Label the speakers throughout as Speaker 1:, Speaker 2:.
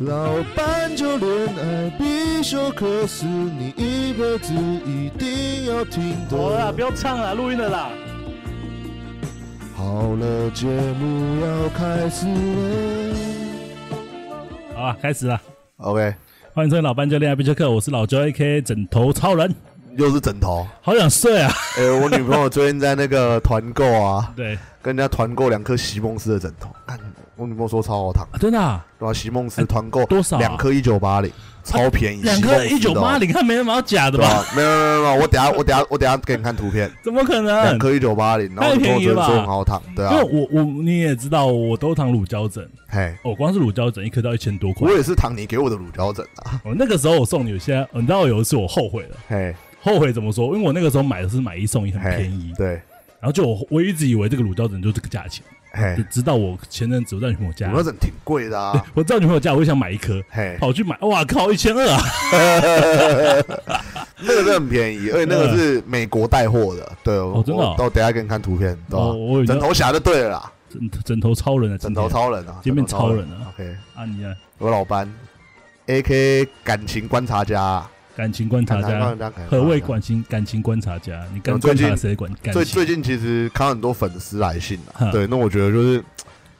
Speaker 1: 老板就恋
Speaker 2: 呃
Speaker 1: 爱必修课是你一辈子一定要听
Speaker 3: 好了啦，
Speaker 1: 的
Speaker 3: 不。要唱了，录音了啦。
Speaker 1: 好了，节目要开始了。
Speaker 4: 好了，开始了。
Speaker 2: OK，
Speaker 4: 欢迎收听老班教练爱必修课，我是老周 A.K. 枕头超人，
Speaker 2: 又是枕头。
Speaker 4: 好想睡啊！
Speaker 2: 哎、我女朋友最近在那个团购啊，
Speaker 4: 对，
Speaker 2: 跟人家团购两颗席梦思的枕头。干，我女朋友说超好躺，
Speaker 4: 啊真的啊，
Speaker 2: 对吧、席梦思团购
Speaker 4: 多少啊
Speaker 2: 两颗一九八零，超便宜。
Speaker 4: 两
Speaker 2: 席梦
Speaker 4: 颗
Speaker 2: 思的
Speaker 4: 一九八，零，看没什么好假的
Speaker 2: 对啊
Speaker 4: 吧？
Speaker 2: 吧？没有没有没有，我等下我等下我等下给你看图 片，
Speaker 4: 怎么可能
Speaker 2: 两？颗一九八零，然后我女朋友昨天说很好躺，对
Speaker 4: 因
Speaker 2: 啊
Speaker 4: 为，我我你也知道，我都躺乳胶枕，
Speaker 2: 嘿，
Speaker 4: 我、光是乳胶枕一颗都要一千多块
Speaker 2: 我。也是躺你给我的乳胶枕啊，
Speaker 4: 我那个时候我送你，现在哦你知道有一次我后悔了，
Speaker 2: 嘿，
Speaker 4: 后悔怎么说？因为我那个时候买的是买一送一，很
Speaker 2: 嘿
Speaker 4: 便宜。
Speaker 2: 对，
Speaker 4: 然后就我我一直以为这个乳胶枕就这个价钱，
Speaker 2: 嘿
Speaker 4: 就，直到我前阵子我在女朋友家
Speaker 2: 乳，胶枕挺贵的 啊，
Speaker 4: 我知道女朋友家，我就想买一颗，
Speaker 2: 嘿，
Speaker 4: 跑去买，哇靠，一千二啊！
Speaker 2: 那个是很便 宜，而且那个是美国带货的，对，我
Speaker 4: 啊哦真的哦
Speaker 2: 我到等一下给你看图片，对吧
Speaker 4: 哦，？我有
Speaker 2: 枕头侠就对了啦，
Speaker 4: 枕枕头超人啊，
Speaker 2: 枕头
Speaker 4: 今天
Speaker 2: 超人啊，
Speaker 4: 今天超人
Speaker 2: 枕头
Speaker 4: 啊
Speaker 2: ，OK，
Speaker 4: 啊，你啊，
Speaker 2: 我老班，A K 感情观察家，
Speaker 4: 感情观察
Speaker 2: 感情
Speaker 4: 家
Speaker 2: 观，察家，
Speaker 4: 何谓感情感情观察家？你
Speaker 2: 我
Speaker 4: 感
Speaker 2: 最
Speaker 4: 观
Speaker 2: 近
Speaker 4: 察谁管感
Speaker 2: 最
Speaker 4: 情
Speaker 2: 最？近其实看到很多粉丝来信啊
Speaker 4: 哼，
Speaker 2: 对，那我觉得就是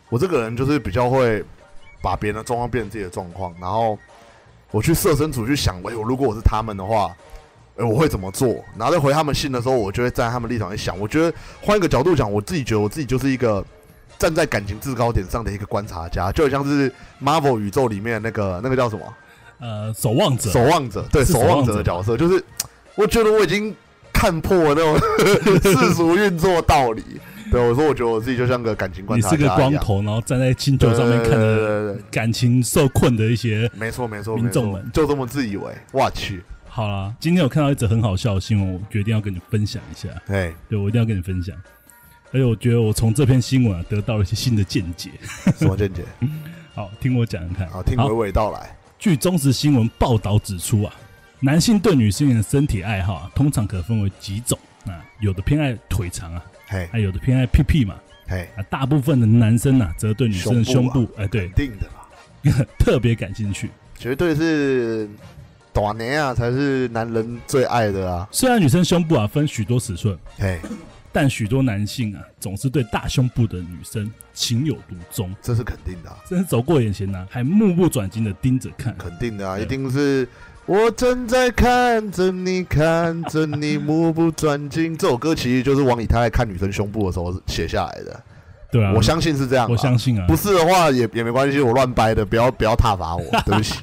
Speaker 2: 我这个人就是比较会把别人的状况变成自己的状况，然后我去设身处去想，哎、我如果我是他们的话，哎、我会怎么做？然后再回他们信的时候，我就会站在他们立场去想。我觉得换一个角度讲，我自己觉得我自己就是一个站在感情制高点上的一个观察家，就很像是 Marvel 宇宙里面那个那个叫什么？
Speaker 4: 呃，守望者，
Speaker 2: 守望者，对
Speaker 4: 是
Speaker 2: 守
Speaker 4: 守望
Speaker 2: 望
Speaker 4: 者
Speaker 2: 者的角色，就是我觉得我已经看破了那种世俗运作道理。对，我说我觉得我自己就像个感情观
Speaker 4: 你
Speaker 2: 察
Speaker 4: 是
Speaker 2: 家一
Speaker 4: 个
Speaker 2: 样，
Speaker 4: 光头，然后站在星球上面看
Speaker 2: 对对
Speaker 4: 着
Speaker 2: 对对对，
Speaker 4: 感情受困的一些。
Speaker 2: 没错没错，
Speaker 4: 民众
Speaker 2: 没错
Speaker 4: 们
Speaker 2: 就这么自以为，我去，
Speaker 4: 好啦，今天我看到一则很好笑的新闻，我决定要跟你分享一下。
Speaker 2: 哎，
Speaker 4: 对，我一定要跟你分享。而且我觉得我从这篇新闻啊得到了一些新的见解。
Speaker 2: 什么见解？
Speaker 4: 好，听我讲讲看。
Speaker 2: 好，听娓娓道来。
Speaker 4: 据中时新闻报道指出啊，男性对女性的身体爱好啊，通常可分为几种啊，有的偏爱腿长啊，
Speaker 2: 嘿
Speaker 4: 还有的偏爱屁屁嘛
Speaker 2: 嘿，
Speaker 4: 啊，大部分的男生呢、啊，则对女生的胸
Speaker 2: 胸部
Speaker 4: 部
Speaker 2: 啊，
Speaker 4: 哎、对
Speaker 2: 肯，定的啦，
Speaker 4: 特别感兴趣。
Speaker 2: 绝对是短年啊才是男人最爱的啊。
Speaker 4: 虽然女生胸部啊分许多尺寸，
Speaker 2: 嘿，
Speaker 4: 但许多男性啊总是对大胸部的女生情有独钟，
Speaker 2: 这是肯定的啊，
Speaker 4: 甚至走过眼前呢、啊还目不转睛的盯着看。
Speaker 2: 肯定的啊，
Speaker 4: 对
Speaker 2: 一定是。我正在看着你，看着你，目不转睛。 这首歌其实就是王以太在看女生胸部的时候写下来的，
Speaker 4: 对啊，
Speaker 2: 我相信是这样啊。
Speaker 4: 我相信啊，
Speaker 2: 不是的话也也没关系，我乱掰的，不要不要挞伐我，对 不起。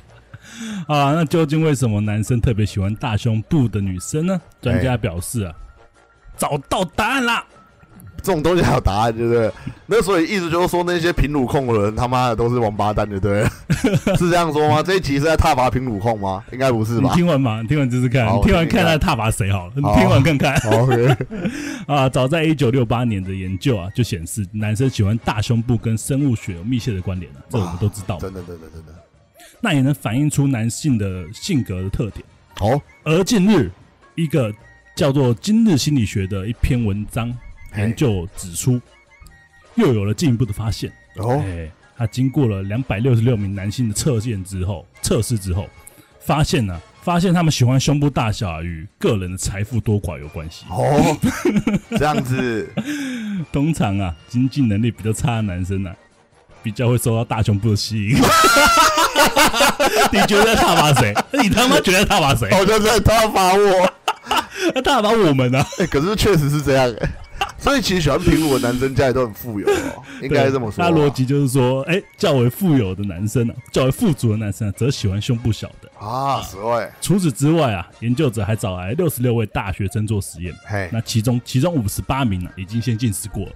Speaker 4: 啊，那究竟为什么男生特别喜欢大胸部的女生呢？专家表示
Speaker 2: 哎
Speaker 4: 啊，找到答案啦！
Speaker 2: 这种东西还有答案，对不对？那所以意思就是说，那些平乳控的人他妈的都是王八蛋，对不 对了？是这样说吗？这一集是在挞伐平乳控吗？应该不是
Speaker 4: 你
Speaker 2: 吧？
Speaker 4: 听完嘛，你听完试试看，
Speaker 2: 好
Speaker 4: 你听完
Speaker 2: 我听
Speaker 4: 看
Speaker 2: 听
Speaker 4: 他
Speaker 2: 看
Speaker 4: 踏伐谁好了，你
Speaker 2: 好
Speaker 4: 听完看看
Speaker 2: 好，OK，哦
Speaker 4: 啊。早在一九六八年的研究啊，就显示男生喜欢大胸部跟生物学有密切的关联啊，这我们都知道嘛。
Speaker 2: 真的真的真的。
Speaker 4: 那也能反映出男性的性格的特点。
Speaker 2: 好，
Speaker 4: 而近日，一个叫做《今日心理学》的一篇文章
Speaker 2: 嘿
Speaker 4: 研究指出，又有了进一步的发现。
Speaker 2: 哦，
Speaker 4: 哎，他经过了两百六十六名男性的测验之后，测试之后，发现呢、发现他们喜欢胸部大小啊与个人的财富多寡有关系。
Speaker 2: 哦，这样子，
Speaker 4: 通常啊，经济能力比较差的男生呢、啊，比较会受到大胸部的吸引。你觉得在大把谁？你他妈觉得在大把谁？
Speaker 2: 好像在挞伐我。
Speaker 4: 他大把我们啊！
Speaker 2: 哎、可是确实是这样、哎，所以其实喜欢平乳的男生家里都很富有哦，应该这么说。
Speaker 4: 那逻辑就是说，哎、较为富有的男生呢、啊，较为富足的男生啊，则喜欢胸部小的。
Speaker 2: 啊，十位，
Speaker 4: 除此之外啊，研究者还找来六十六位大学生做实验。
Speaker 2: 嘿，
Speaker 4: 那其中其中五十八名呢、啊已经先进食过了，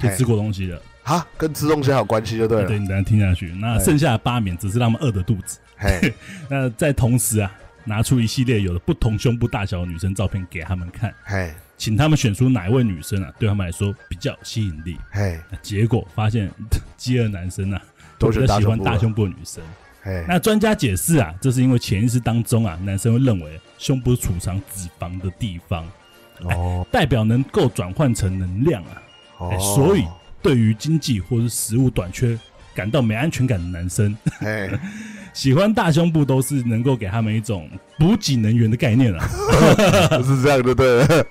Speaker 4: 就
Speaker 2: 嘿
Speaker 4: 吃过东西了。
Speaker 2: 哈，跟吃东西还有关系就对了。啊
Speaker 4: 对，你等一下听下去。那
Speaker 2: 哎
Speaker 4: 剩下的八名只是让他们饿着肚子。
Speaker 2: 嘿，
Speaker 4: 那在同时啊，拿出一系列有的不同胸部大小的女生照片给他们看，
Speaker 2: 嘿，
Speaker 4: 请他们选出哪一位女生啊，对他们来说比较有吸引力。
Speaker 2: 嘿，
Speaker 4: 那结果发现， 饥饿男生啊，
Speaker 2: 都
Speaker 4: 比
Speaker 2: 选
Speaker 4: 较
Speaker 2: 大
Speaker 4: 喜欢
Speaker 2: 胸部
Speaker 4: 大
Speaker 2: 了，
Speaker 4: 胸部的女生。
Speaker 2: 嘿，
Speaker 4: 那专家解释啊，这是因为潜意识当中啊，男生会认为胸部储藏脂肪的地方，
Speaker 2: 哦，
Speaker 4: 代表能够转换成能量啊。哎
Speaker 2: 哦，
Speaker 4: 所以对于经济或是食物短缺感到没安全感的男生，
Speaker 2: 嘿，
Speaker 4: 喜欢大胸部都是能够给他们一种补给能源的概念了。
Speaker 2: 就是这样的，对 了。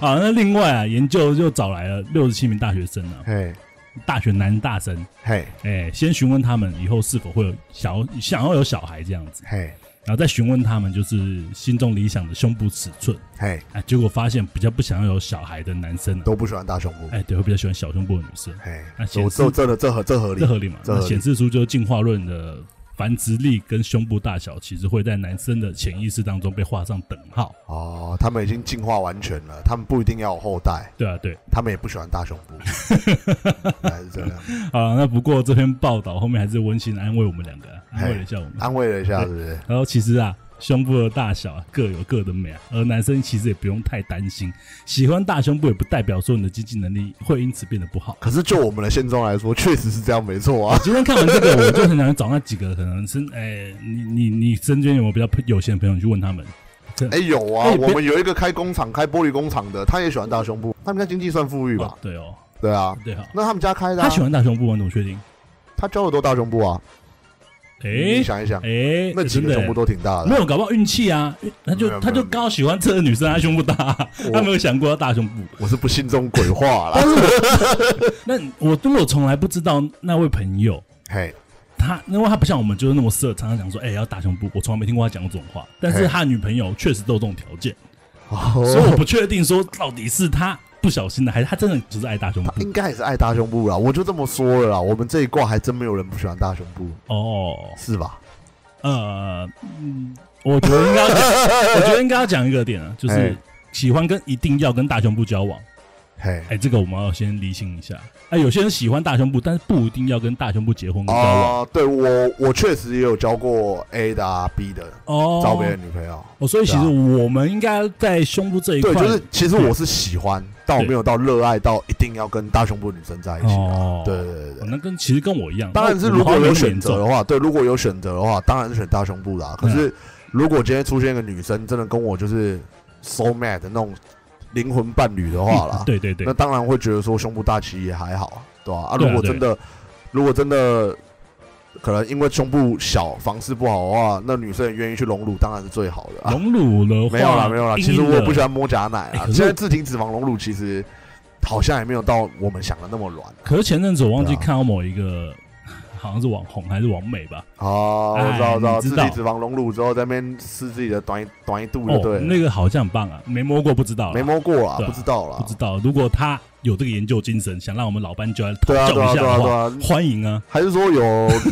Speaker 4: 好，那另外 啊，研究又找来了六十七名大学生啊，
Speaker 2: 嘿，
Speaker 4: 大学男大生，
Speaker 2: 嘿，
Speaker 4: 哎、先询问他们以后是否会有想要想要有小孩这样子，
Speaker 2: 嘿，
Speaker 4: 然后再询问他们就是心中理想的胸部尺寸
Speaker 2: 嘿，
Speaker 4: 啊，结果发现比较不想要有小孩的男生、啊，
Speaker 2: 都不喜欢大胸部。
Speaker 4: 哎、对，会比较喜欢小胸部的女生，
Speaker 2: 嘿
Speaker 4: 那，显
Speaker 2: 这
Speaker 4: 示
Speaker 2: 这这这合这合理
Speaker 4: 这，合理嘛？
Speaker 2: 这合
Speaker 4: 那
Speaker 2: 理
Speaker 4: 显示出就是进化论的繁殖力跟胸部大小，其实会在男生的潜意识当中被画上等号。
Speaker 2: 哦，他们已经进化完全了，他们不一定要有后代，
Speaker 4: 对啊，对
Speaker 2: 他们也不喜欢大胸 部，原来是这样，
Speaker 4: 啊。那不过这篇报道后面还是温馨地安慰我们两个啊，安慰了一下我们。
Speaker 2: 安慰了一下，是不是？
Speaker 4: 然后其实啊，胸部的大小啊各有各的美啊，而男生其实也不用太担心，喜欢大胸部也不代表说你的经济能力会因此变得不好。
Speaker 2: 可是就我们的现状来说，确实是这样，没错啊。
Speaker 4: 今天看完这个，我就很想找那几个可能是哎，你你你身边有没有比较有钱的朋友，你去问他们。
Speaker 2: 哎，有啊
Speaker 4: 哎，别
Speaker 2: 我们有一个开工厂、开玻璃工厂的，他也喜欢大胸部，他们家经济算富裕
Speaker 4: 哦
Speaker 2: 吧？
Speaker 4: 对哦，
Speaker 2: 对啊，
Speaker 4: 对哦，
Speaker 2: 那他们家开的啊，
Speaker 4: 他喜欢大胸部吗，你怎么确定？
Speaker 2: 他交的都大胸部啊。
Speaker 4: 哎
Speaker 2: 你想一想，
Speaker 4: 哎，
Speaker 2: 那几
Speaker 4: 真
Speaker 2: 个
Speaker 4: 的
Speaker 2: 胸部
Speaker 4: 欸
Speaker 2: 都挺大
Speaker 4: 没
Speaker 2: 的，
Speaker 4: 有，搞不好运气啊，他
Speaker 2: 没
Speaker 4: 就
Speaker 2: 有
Speaker 4: 他就
Speaker 2: 没有
Speaker 4: 刚好喜欢这个女生，她胸部大，他没有想过要大胸部。
Speaker 2: 我是不信这种鬼话啦。
Speaker 4: 那我因为我从来不知道那位朋友
Speaker 2: 嘿，
Speaker 4: 他，因为他不像我们就是那么色，常常讲说，哎、要大胸部，我从来没听过他讲过这种话。但是
Speaker 2: 嘿
Speaker 4: 他女朋友确实都有这种条件，所以我
Speaker 2: 哦，
Speaker 4: 不确定说到底是他不小心的，还是他真的只是爱大胸
Speaker 2: 他
Speaker 4: 部
Speaker 2: 应。该也是爱大胸部啦，我就这么说了啦。我们这一挂还真没有人不喜欢大胸部，
Speaker 4: 哦，
Speaker 2: 是吧？
Speaker 4: 呃，嗯，我觉得应该要讲， 我觉得应该要讲一个点啊，就是
Speaker 2: 嘿
Speaker 4: 喜欢跟一定要跟大胸部交往。
Speaker 2: 嘿
Speaker 4: 哎、，这个我们要先厘清一下。哎、有些人喜欢大胸部，但是不一定要跟大胸部结婚跟交往。
Speaker 2: 啊，对我我确实也有交过 A 的啊 B 的，
Speaker 4: 哦，
Speaker 2: 找别的女朋友。
Speaker 4: 哦，所以其实
Speaker 2: 对啊
Speaker 4: 我们应该在胸部这一块，
Speaker 2: 对，就是其实我是喜欢，但我没有到热爱到一定要跟大胸部女生在一起
Speaker 4: 哦
Speaker 2: 啊。对对对
Speaker 4: 哦
Speaker 2: 对。
Speaker 4: 那跟其实跟我一样，
Speaker 2: 当然是
Speaker 4: 那我
Speaker 2: 如果
Speaker 4: 好像
Speaker 2: 有
Speaker 4: 没那么
Speaker 2: 选
Speaker 4: 严
Speaker 2: 择
Speaker 4: 重嗯
Speaker 2: 的话，对，如果有选择的话，当然是选大胸部啦。可是如果今天出现一个女生，真的跟我就是 so mad 的那种灵魂伴侣的话啦，
Speaker 4: 嗯 对对对
Speaker 2: 那，当然会觉得说胸部大其实也还好啊，对吧、啊？
Speaker 4: 对啊
Speaker 2: 如果真的，如果真的可能因为胸部小房事不好的话，那女生也愿意去隆乳，当然是最好的、啊。
Speaker 4: 隆乳的话，
Speaker 2: 没有啦，没有啦，
Speaker 4: 硬
Speaker 2: 其实
Speaker 4: 硬
Speaker 2: 我也不
Speaker 4: 的
Speaker 2: 喜欢摸假奶
Speaker 4: 哎
Speaker 2: 啊
Speaker 4: 可。是
Speaker 2: 现在自体脂肪隆乳其实好像也没有到我们想的那么软
Speaker 4: 可是前阵子我忘记
Speaker 2: 对啊
Speaker 4: 看到某一个，好像是网红还是网美吧？
Speaker 2: 哦，我知道，
Speaker 4: 哎
Speaker 2: 我知道，
Speaker 4: 你
Speaker 2: 自
Speaker 4: 知道
Speaker 2: 体脂肪隆乳之后，在那边试自己的短一短一度就
Speaker 4: 哦
Speaker 2: 嗯对，了，
Speaker 4: 那个好像很棒啊，没摸过不知道啦，
Speaker 2: 没摸过啊，
Speaker 4: 对啊
Speaker 2: 不知道啦
Speaker 4: 不知，道。如果他有这个研究精神，想让我们老班就来讨
Speaker 2: 对啊，
Speaker 4: 教
Speaker 2: 对啊，
Speaker 4: 一下
Speaker 2: 对啊，
Speaker 4: 的
Speaker 2: 对
Speaker 4: 话，
Speaker 2: 啊，
Speaker 4: 欢迎啊！
Speaker 2: 还是说有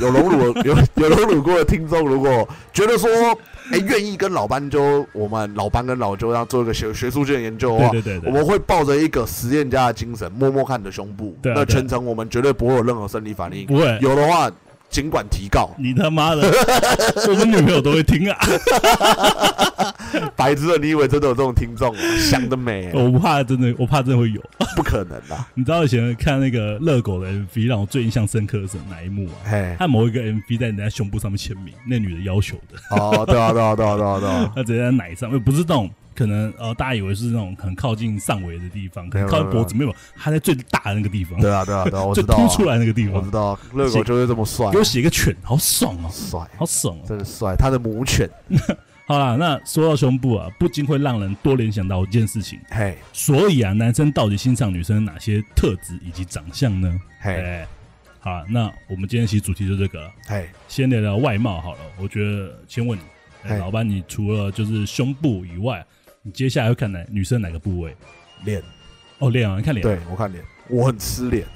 Speaker 2: 有 荣辱有有荣辱过的听众，如果觉得说，哎、愿意跟老班就我们老班跟老周这样做一个学学术界的研究的
Speaker 4: 对
Speaker 2: 话，
Speaker 4: 对对对，
Speaker 2: 我们会抱着一个实验家的精神，摸摸看你的胸部，
Speaker 4: 对啊
Speaker 2: 那
Speaker 4: 对啊
Speaker 2: 全程我们绝对不会有任何生理反应，
Speaker 4: 不会，
Speaker 2: 有的话尽管提 告，
Speaker 4: 你他妈的，我们女朋友都会听啊，
Speaker 2: 白痴的，你以为真的有这种听众、啊？ 想得美、
Speaker 4: 我不怕真的，我怕真的会有。
Speaker 2: 不可能啊！
Speaker 4: 你知道以前看那个热狗的 MV，让我最印象深刻的是哪一幕啊？
Speaker 2: 嘿，
Speaker 4: 他某一个 MV 在人家胸部上面签名，那女的要求的，
Speaker 2: 哦，对啊，对啊，对啊，对啊，对啊，
Speaker 4: 她直接在奶上面，不是那种可能呃大家以为是那种很靠近上围的地方，可能
Speaker 2: 没有
Speaker 4: 靠近
Speaker 2: 没有
Speaker 4: 脖子没有，她在最大的那个地方，
Speaker 2: 对啊，对啊，对啊， 我
Speaker 4: 最
Speaker 2: 知道、
Speaker 4: 凸
Speaker 2: 啊，
Speaker 4: 出来那个地
Speaker 2: 我知
Speaker 4: 方，
Speaker 2: 道啊，热狗就是这么帅
Speaker 4: 给，我写一个犬，好爽哦，
Speaker 2: 帅，
Speaker 4: 好爽哦。
Speaker 2: 真的帅，他的母犬，
Speaker 4: 好啦，那说到胸部啊，不禁会让人多联想到一件事情，
Speaker 2: 嘿，
Speaker 4: 所以啊，男生到底欣赏女生哪些特质以及长相呢？
Speaker 2: 嘿，
Speaker 4: 哎，好啦，那我们今天其实主题就这个了。
Speaker 2: 嘿，
Speaker 4: 先聊聊外貌好了。我觉得先问你，哎
Speaker 2: 嘿
Speaker 4: 老班，你除了就是胸部以外，你接下来会看哪女生哪个部位？
Speaker 2: 脸，
Speaker 4: 哦，脸啊，你看脸啊。
Speaker 2: 对我看脸，我很吃脸。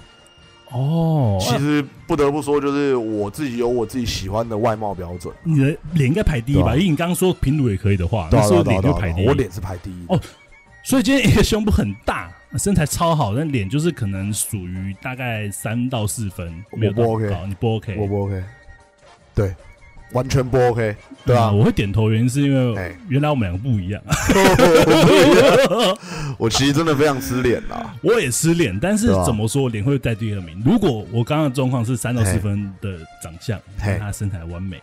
Speaker 4: 哦，
Speaker 2: 其
Speaker 4: 啊
Speaker 2: 实不得不说，就是我自己有我自己喜欢的外貌标准，
Speaker 4: 你的脸应该排第一吧？
Speaker 2: 对啊
Speaker 4: 因为你刚刚说平乳也可以的话，
Speaker 2: 对
Speaker 4: 那
Speaker 2: 啊，
Speaker 4: 是不
Speaker 2: 对
Speaker 4: 是
Speaker 2: 啊，对
Speaker 4: 脸
Speaker 2: 啊，对
Speaker 4: 就排
Speaker 2: 啊
Speaker 4: 第一。
Speaker 2: 对啊我脸是排第一的
Speaker 4: 哦。所以今天一个胸部很大，身材超好，但脸就是可能属于大概三到四分，
Speaker 2: 我
Speaker 4: 没有到
Speaker 2: 不 OK
Speaker 4: 高你不 OK，
Speaker 2: 我不 OK，对，完全不 OK，对啊
Speaker 4: 嗯， 我会点头，原因是因为
Speaker 2: 哎
Speaker 4: 原来我们两个不一样。
Speaker 2: 我其实真的非常吃脸啊啦。
Speaker 4: 我也吃脸，但是
Speaker 2: 对啊
Speaker 4: 怎么说脸会在第二名？如果我刚刚的状况是三到四分的长相，
Speaker 2: 嘿
Speaker 4: 但他身材完美，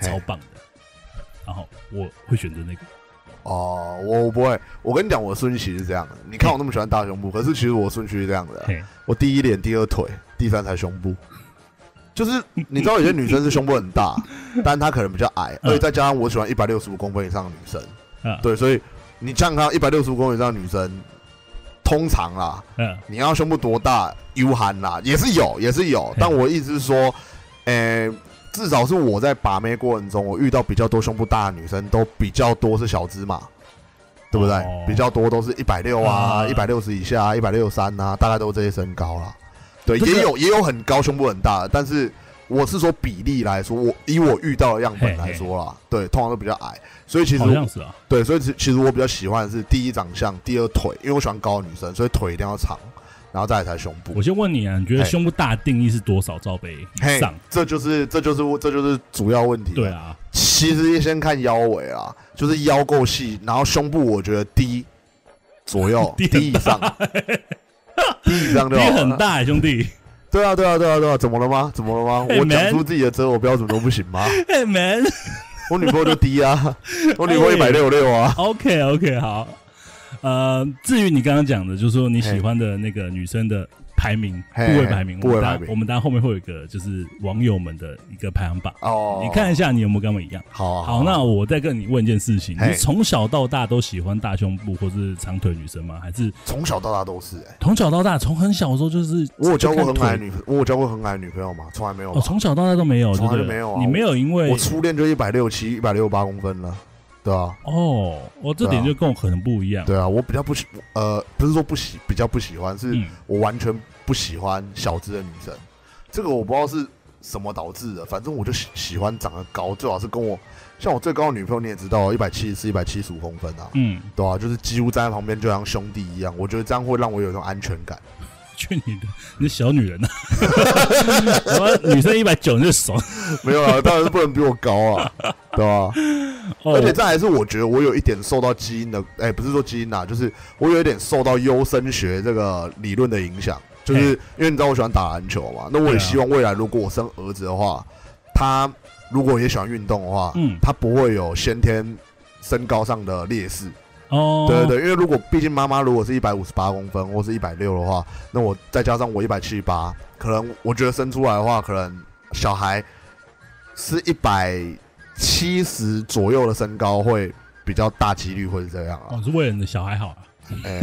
Speaker 2: 嘿
Speaker 4: 超棒的，然后我会选择那个。
Speaker 2: 哦，我我不会，我跟你讲，我顺序是这样的。你看我那么喜欢大胸部，可是其实我顺序是这样的：
Speaker 4: 嘿，
Speaker 2: 我第一脸，第二腿，第三才胸部，就是你知道有些女生是胸部很大，但她可能比较矮，
Speaker 4: 嗯
Speaker 2: 而且再加上我喜欢一百六十五公分以上的女生，
Speaker 4: 啊，
Speaker 2: 对，所以你想想看，一百六十五公分以上的女生，通常啊啦，
Speaker 4: 嗯，
Speaker 2: 你要胸部多大，U 含啦，也是有，也是有
Speaker 4: 嘿，
Speaker 2: 但我意思是说，诶、至少是我在把妹过程中，我遇到比较多胸部大的女生，都比较多是小芝麻，对不对？
Speaker 4: 哦
Speaker 2: 比较多都是一百六啊，
Speaker 4: 啊
Speaker 2: 一百六十以下，一百六三啊，大概都是这些身高啦。对，
Speaker 4: 这个
Speaker 2: 也有也有很高胸部很大的，但是我是说比例来说，我以我遇到的样本来说啦，对，通常都比较矮，所以其实
Speaker 4: 好像是啊，
Speaker 2: 对，所以其其实我比较喜欢的是第一长相，第二腿，因为我喜欢高的女生，所以腿一定要长，然后再来才胸部
Speaker 4: 我。先问你啊，你觉得
Speaker 2: 嘿
Speaker 4: 胸部大的定义是多少罩杯以
Speaker 2: 嘿
Speaker 4: 上？，
Speaker 2: 这就是这就是这就是主要问题。
Speaker 4: 对，啊，，
Speaker 2: 其实先看腰围啊，就是腰够细，然后胸部我觉得低左右
Speaker 4: 低很
Speaker 2: 低以上，低以上就
Speaker 4: 你
Speaker 2: 好了
Speaker 4: 很。大欸兄弟，
Speaker 2: 对啊，对啊，对啊，对啊，怎么了吗？怎么了吗？
Speaker 4: Hey,
Speaker 2: 我讲
Speaker 4: 哎 man
Speaker 2: 出自己的择偶标准都不行吗？
Speaker 4: 哎 man，
Speaker 2: 我女朋友就低 啊，我女朋友一
Speaker 4: Hey
Speaker 2: 百六六啊。
Speaker 4: OK OK，好。呃，至于你刚刚讲的，就是说你
Speaker 2: 嘿
Speaker 4: 喜欢的那个女生的排名、部
Speaker 2: 嘿
Speaker 4: 位排名，
Speaker 2: 部
Speaker 4: 我
Speaker 2: 位
Speaker 4: 们
Speaker 2: 排
Speaker 4: 大
Speaker 2: 名
Speaker 4: 我们大家后面会有一个就是网友们的一个排行榜，
Speaker 2: 哦，
Speaker 4: 你看一，下你有没有跟他们一样。
Speaker 2: 好啊
Speaker 4: 好，
Speaker 2: 啊
Speaker 4: 那我再跟你问一件事情，
Speaker 2: 嘿
Speaker 4: 你从小到大都喜欢大胸部或是长腿女生吗？还是
Speaker 2: 从小到大都是欸
Speaker 4: 从小到大，从很小的时候就是
Speaker 2: 我有交过很矮的
Speaker 4: 就看腿
Speaker 2: 女，我有交过很矮的女朋友吗？从来没有吧
Speaker 4: 哦，。从小到大都没有，
Speaker 2: 从来
Speaker 4: 对不
Speaker 2: 就
Speaker 4: 对
Speaker 2: 没有啊
Speaker 4: 你没有因为
Speaker 2: 我初恋就一百六七、一百六八公分了，对啊，
Speaker 4: 哦，我这点
Speaker 2: 对啊
Speaker 4: 就跟我可能不一样。
Speaker 2: 对啊，我比较不喜，呃，不是说不喜，比较不喜欢，是
Speaker 4: 嗯，
Speaker 2: 我完全不喜欢小只的女生。这个我不知道是什么导致的，反正我就喜喜欢长得高，最好是跟我像我最高的女朋友你也知道，一百七十四、一百七十五公分啊，
Speaker 4: 嗯，
Speaker 2: 对啊，就是几乎站在旁边就像兄弟一样，我觉得这样会让我有一种安全感。
Speaker 4: 去你的，你是小女人呐、啊！ 什 么女生一百九就爽
Speaker 2: 没有啊，当然是不能比我高啊，对啊。
Speaker 4: 哦
Speaker 2: 而且再来是，我觉得我有一点受到基因的，哎、不是说基因啊，就是我有一点受到优生学这个理论的影响，就是因为你知道我喜欢打篮球嘛，那我
Speaker 4: 对
Speaker 2: 也
Speaker 4: 啊
Speaker 2: 希望未来如果我生儿子的话，他如果也喜欢运动的话，
Speaker 4: 嗯
Speaker 2: 他不会有先天身高上的劣势。
Speaker 4: 哦，
Speaker 2: 对对对，因为如果毕竟妈妈如果是一百五十八公分或是一百六的话，那我再加上我一百七十八，可能我觉得生出来的话，可能小孩是一百七十左右的身高会比较大几率会是这样啊
Speaker 4: 哦，。是为了你的小孩好啊，
Speaker 2: 哎、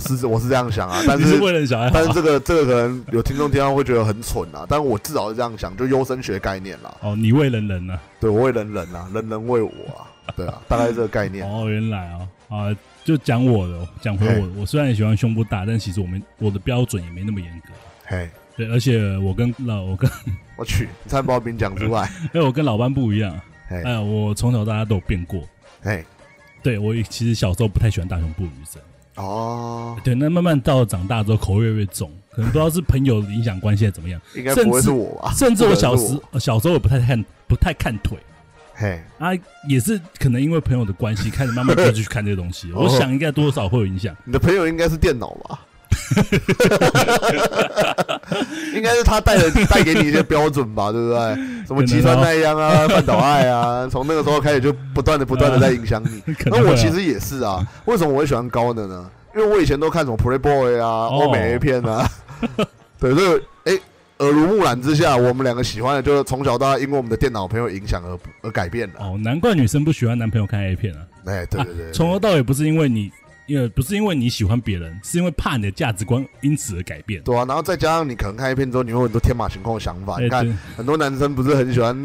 Speaker 2: 是我是这样想 啊，但
Speaker 4: 你
Speaker 2: 是
Speaker 4: 是为了你小孩好
Speaker 2: 但是
Speaker 4: 啊、
Speaker 2: 这个这个可能有听众听到会觉得很蠢啊，但我至少是这样想，就优生学概念啦，
Speaker 4: 哦，你为人人呢、
Speaker 2: 对我为人人啊，人人为我啊，对啊，大概是这个概念。
Speaker 4: 哦，原来哦，啊，就讲我的哦，讲回我的，我虽然也喜欢胸部大，但其实我们我的标准也没那么严格。啊
Speaker 2: 嘿，
Speaker 4: 对，而且我跟老我跟
Speaker 2: 我去，你差点把我名讲出来。
Speaker 4: 哎，我跟老班不一样，
Speaker 2: 嘿，
Speaker 4: 哎，我从小到大都有变过。
Speaker 2: 嘿，
Speaker 4: 对我其实小时候不太喜欢大胸部女生，
Speaker 2: 哦，
Speaker 4: 对，那慢慢到长大之后口味越来越重，可能不知道是朋友的影响关系还是怎么样，
Speaker 2: 应该不会
Speaker 4: 甚至
Speaker 2: 是我吧？
Speaker 4: 甚至我小时
Speaker 2: 不可能是
Speaker 4: 呃小时候也不太看不太看腿
Speaker 2: 嘿，
Speaker 4: 啊，也是可能因为朋友的关系，开始慢慢就去看这个东西。
Speaker 2: 哦
Speaker 4: 我想应该多少会有影响。
Speaker 2: 你的朋友应该是电脑吧？ 应该是他带的带给你一些标准吧，对不对？什么
Speaker 4: 可能
Speaker 2: 极
Speaker 4: 哦
Speaker 2: 端耐央啊、半岛爱啊，从那个时候开始就不断的、不断的在影响你。
Speaker 4: 可能
Speaker 2: 那
Speaker 4: 会
Speaker 2: 我
Speaker 4: 啊
Speaker 2: 其实也是啊，为什么我会喜欢高的呢？因为我以前都看什么 Playboy 啊、
Speaker 4: 哦
Speaker 2: 欧、美 A 片啊， 对，所以哎、耳濡目染之下，我们两个喜欢的就是从小到大，因为我们的电脑朋友影响而而改变了。
Speaker 4: 哦，难怪女生不喜欢男朋友看 A 片啊，
Speaker 2: 哎、对对对
Speaker 4: 从头到尾不是因为你，也不是因为你喜欢别人，是因为怕你的价值观因此而改变。
Speaker 2: 对啊，然后再加上你可能看 A 片之后，你会有很多天马行空的想法。
Speaker 4: 哎
Speaker 2: 你啊看
Speaker 4: 对
Speaker 2: 很多男生不是很喜欢，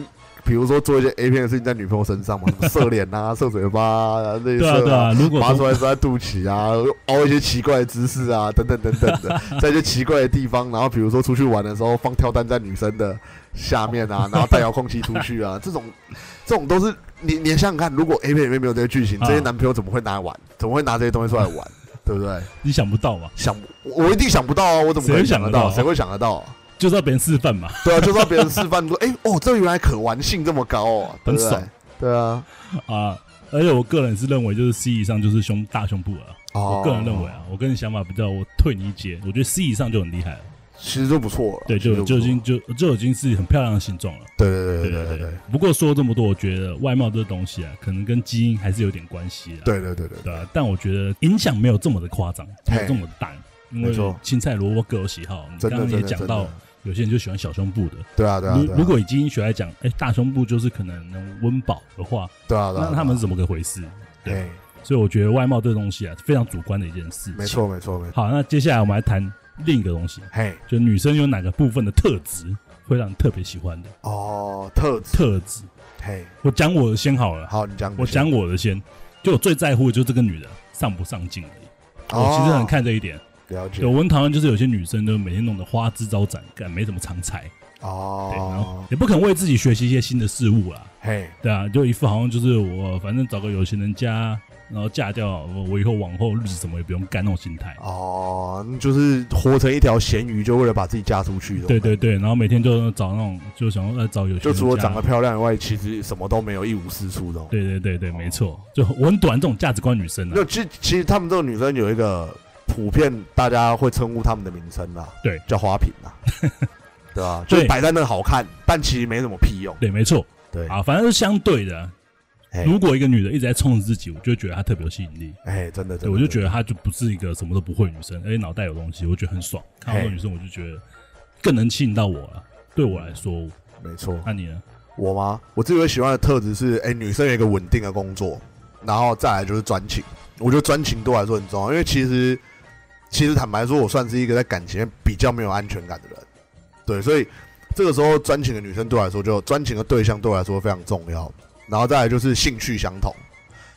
Speaker 2: 比如说做一些 A 片的事情在女朋友身 上嘛，什么射脸啊、射嘴巴啊、那些
Speaker 4: 对啊对
Speaker 2: 射
Speaker 4: 啊，如果
Speaker 2: 拔出
Speaker 4: 说
Speaker 2: 来射在肚脐啊，凹一些奇怪的姿势啊，等等等等 的，在一些奇怪的地方，然后比如说出去玩的时候放跳蛋在女生的下面 啊，然后带遥控器出去啊，这种这种都是你你想想看，如果 A 片里面没有这些剧情，
Speaker 4: 啊
Speaker 2: 这些男朋友怎么会拿来玩？怎么会拿这些东西出来 玩？对不对？
Speaker 4: 你想不到嘛，
Speaker 2: 想我我一定想不到啊！我怎么可能想得到？
Speaker 4: 谁
Speaker 2: 谁
Speaker 4: 会
Speaker 2: 会想得到啊？
Speaker 4: 就是要别人示范嘛。
Speaker 2: 对啊，就是要别人示范说，哎、哦，这原来可玩性这么高哦，对
Speaker 4: 很
Speaker 2: 不对
Speaker 4: 爽？
Speaker 2: 对啊，
Speaker 4: 啊，而且我个人是认为，就是 C 以上就是胸大胸部了。
Speaker 2: 哦，
Speaker 4: 我个人认为，啊，我跟你想法不较，我退你一截，我觉得 C 以上就很厉害了。
Speaker 2: 其实就不错了，
Speaker 4: 对，
Speaker 2: 其实
Speaker 4: 就就
Speaker 2: 不错
Speaker 4: 已经就就已经是很漂亮的形状了。
Speaker 2: 对对对
Speaker 4: 对
Speaker 2: 对对
Speaker 4: 对
Speaker 2: 对
Speaker 4: 对。不过说这么多，我觉得外貌这东西啊，可能跟基因还是有点关系的。
Speaker 2: 对对对对，
Speaker 4: 对啊，但我觉得影响没有这么的夸张，没有这么的大，因
Speaker 2: 没
Speaker 4: 为
Speaker 2: 错
Speaker 4: 青菜萝卜各有喜好。你
Speaker 2: 真
Speaker 4: 刚
Speaker 2: 的
Speaker 4: 刚
Speaker 2: 真
Speaker 4: 也
Speaker 2: 的真
Speaker 4: 讲
Speaker 2: 的
Speaker 4: 到，有些人就喜欢小胸部的。
Speaker 2: 对啊，对啊，
Speaker 4: 如
Speaker 2: 对啊
Speaker 4: 如果以基因学来讲，哎、大胸部就是可能能温饱的话，
Speaker 2: 对啊，对啊，
Speaker 4: 那他们是怎么个回事？
Speaker 2: 对啊，哎
Speaker 4: 所以我觉得外貌这个东西啊，非常主观的一件事。
Speaker 2: 没。错，没错，没错，
Speaker 4: 好，那接下来我们来谈另一个东西，
Speaker 2: 嘿，
Speaker 4: 就女生有哪个部分的特质会让你特别喜欢的
Speaker 2: 哦，特质，
Speaker 4: 特质？
Speaker 2: 嘿，
Speaker 4: 我讲我的先好了，
Speaker 2: 好，你讲，
Speaker 4: 我讲我的先。就我最在乎的就是这个女的上不上进而已。我其实很看这一点。
Speaker 2: 哦了解
Speaker 4: 对，，我很讨厌就是有些女生都每天弄得花枝招展，干没什么长才，对，然后
Speaker 2: 哦，
Speaker 4: 也不肯为自己学习一些新的事物啦。
Speaker 2: 嘿，
Speaker 4: 对啊，就一副好像就是我反正找个有钱人家，然后嫁掉我，我以后往后日子什么也不用干那种心态。
Speaker 2: 哦，就是活成一条咸鱼，就为了把自己嫁出去，
Speaker 4: 对，对对，然后每天就找那种就想要呃找有钱
Speaker 2: 就
Speaker 4: 人
Speaker 2: 除了
Speaker 4: 家
Speaker 2: 长得漂亮以外，其实什么都没有，一无是处的哦。
Speaker 4: 嗯对对对对，没错，就我很短这种价值观女生啊
Speaker 2: 那，其实其实他们这种女生有一个普遍大家会称呼他们的名称啦，
Speaker 4: 对
Speaker 2: 叫花瓶 啦，对吧？就
Speaker 4: 对
Speaker 2: 摆在那好看，但其实没什么屁用。
Speaker 4: 对，没错
Speaker 2: 对，
Speaker 4: 啊，反正是相对的啊。
Speaker 2: 哎
Speaker 4: 如果一个女的一直在冲着自己，我就会觉得她特别有吸引力，
Speaker 2: 哎，真的，
Speaker 4: 对
Speaker 2: 真的
Speaker 4: 我就觉得她就不是一个什么都不会的女生，而且哎脑袋有东西，我觉得很爽。看到这种女生，我就觉得更能吸引到我了。对我来说，
Speaker 2: 没错。
Speaker 4: 那你呢？
Speaker 2: 我吗？我自己会喜欢的特质是，哎、女生有一个稳定的工作，然后再来就是专情。我觉得专情对我来说很重要，因为其实其实坦白说，我算是一个在感情里面比较没有安全感的人，对，所以这个时候专情的女生对我来说就，专情的对象对我来说非常重要。然后再来就是兴趣相同，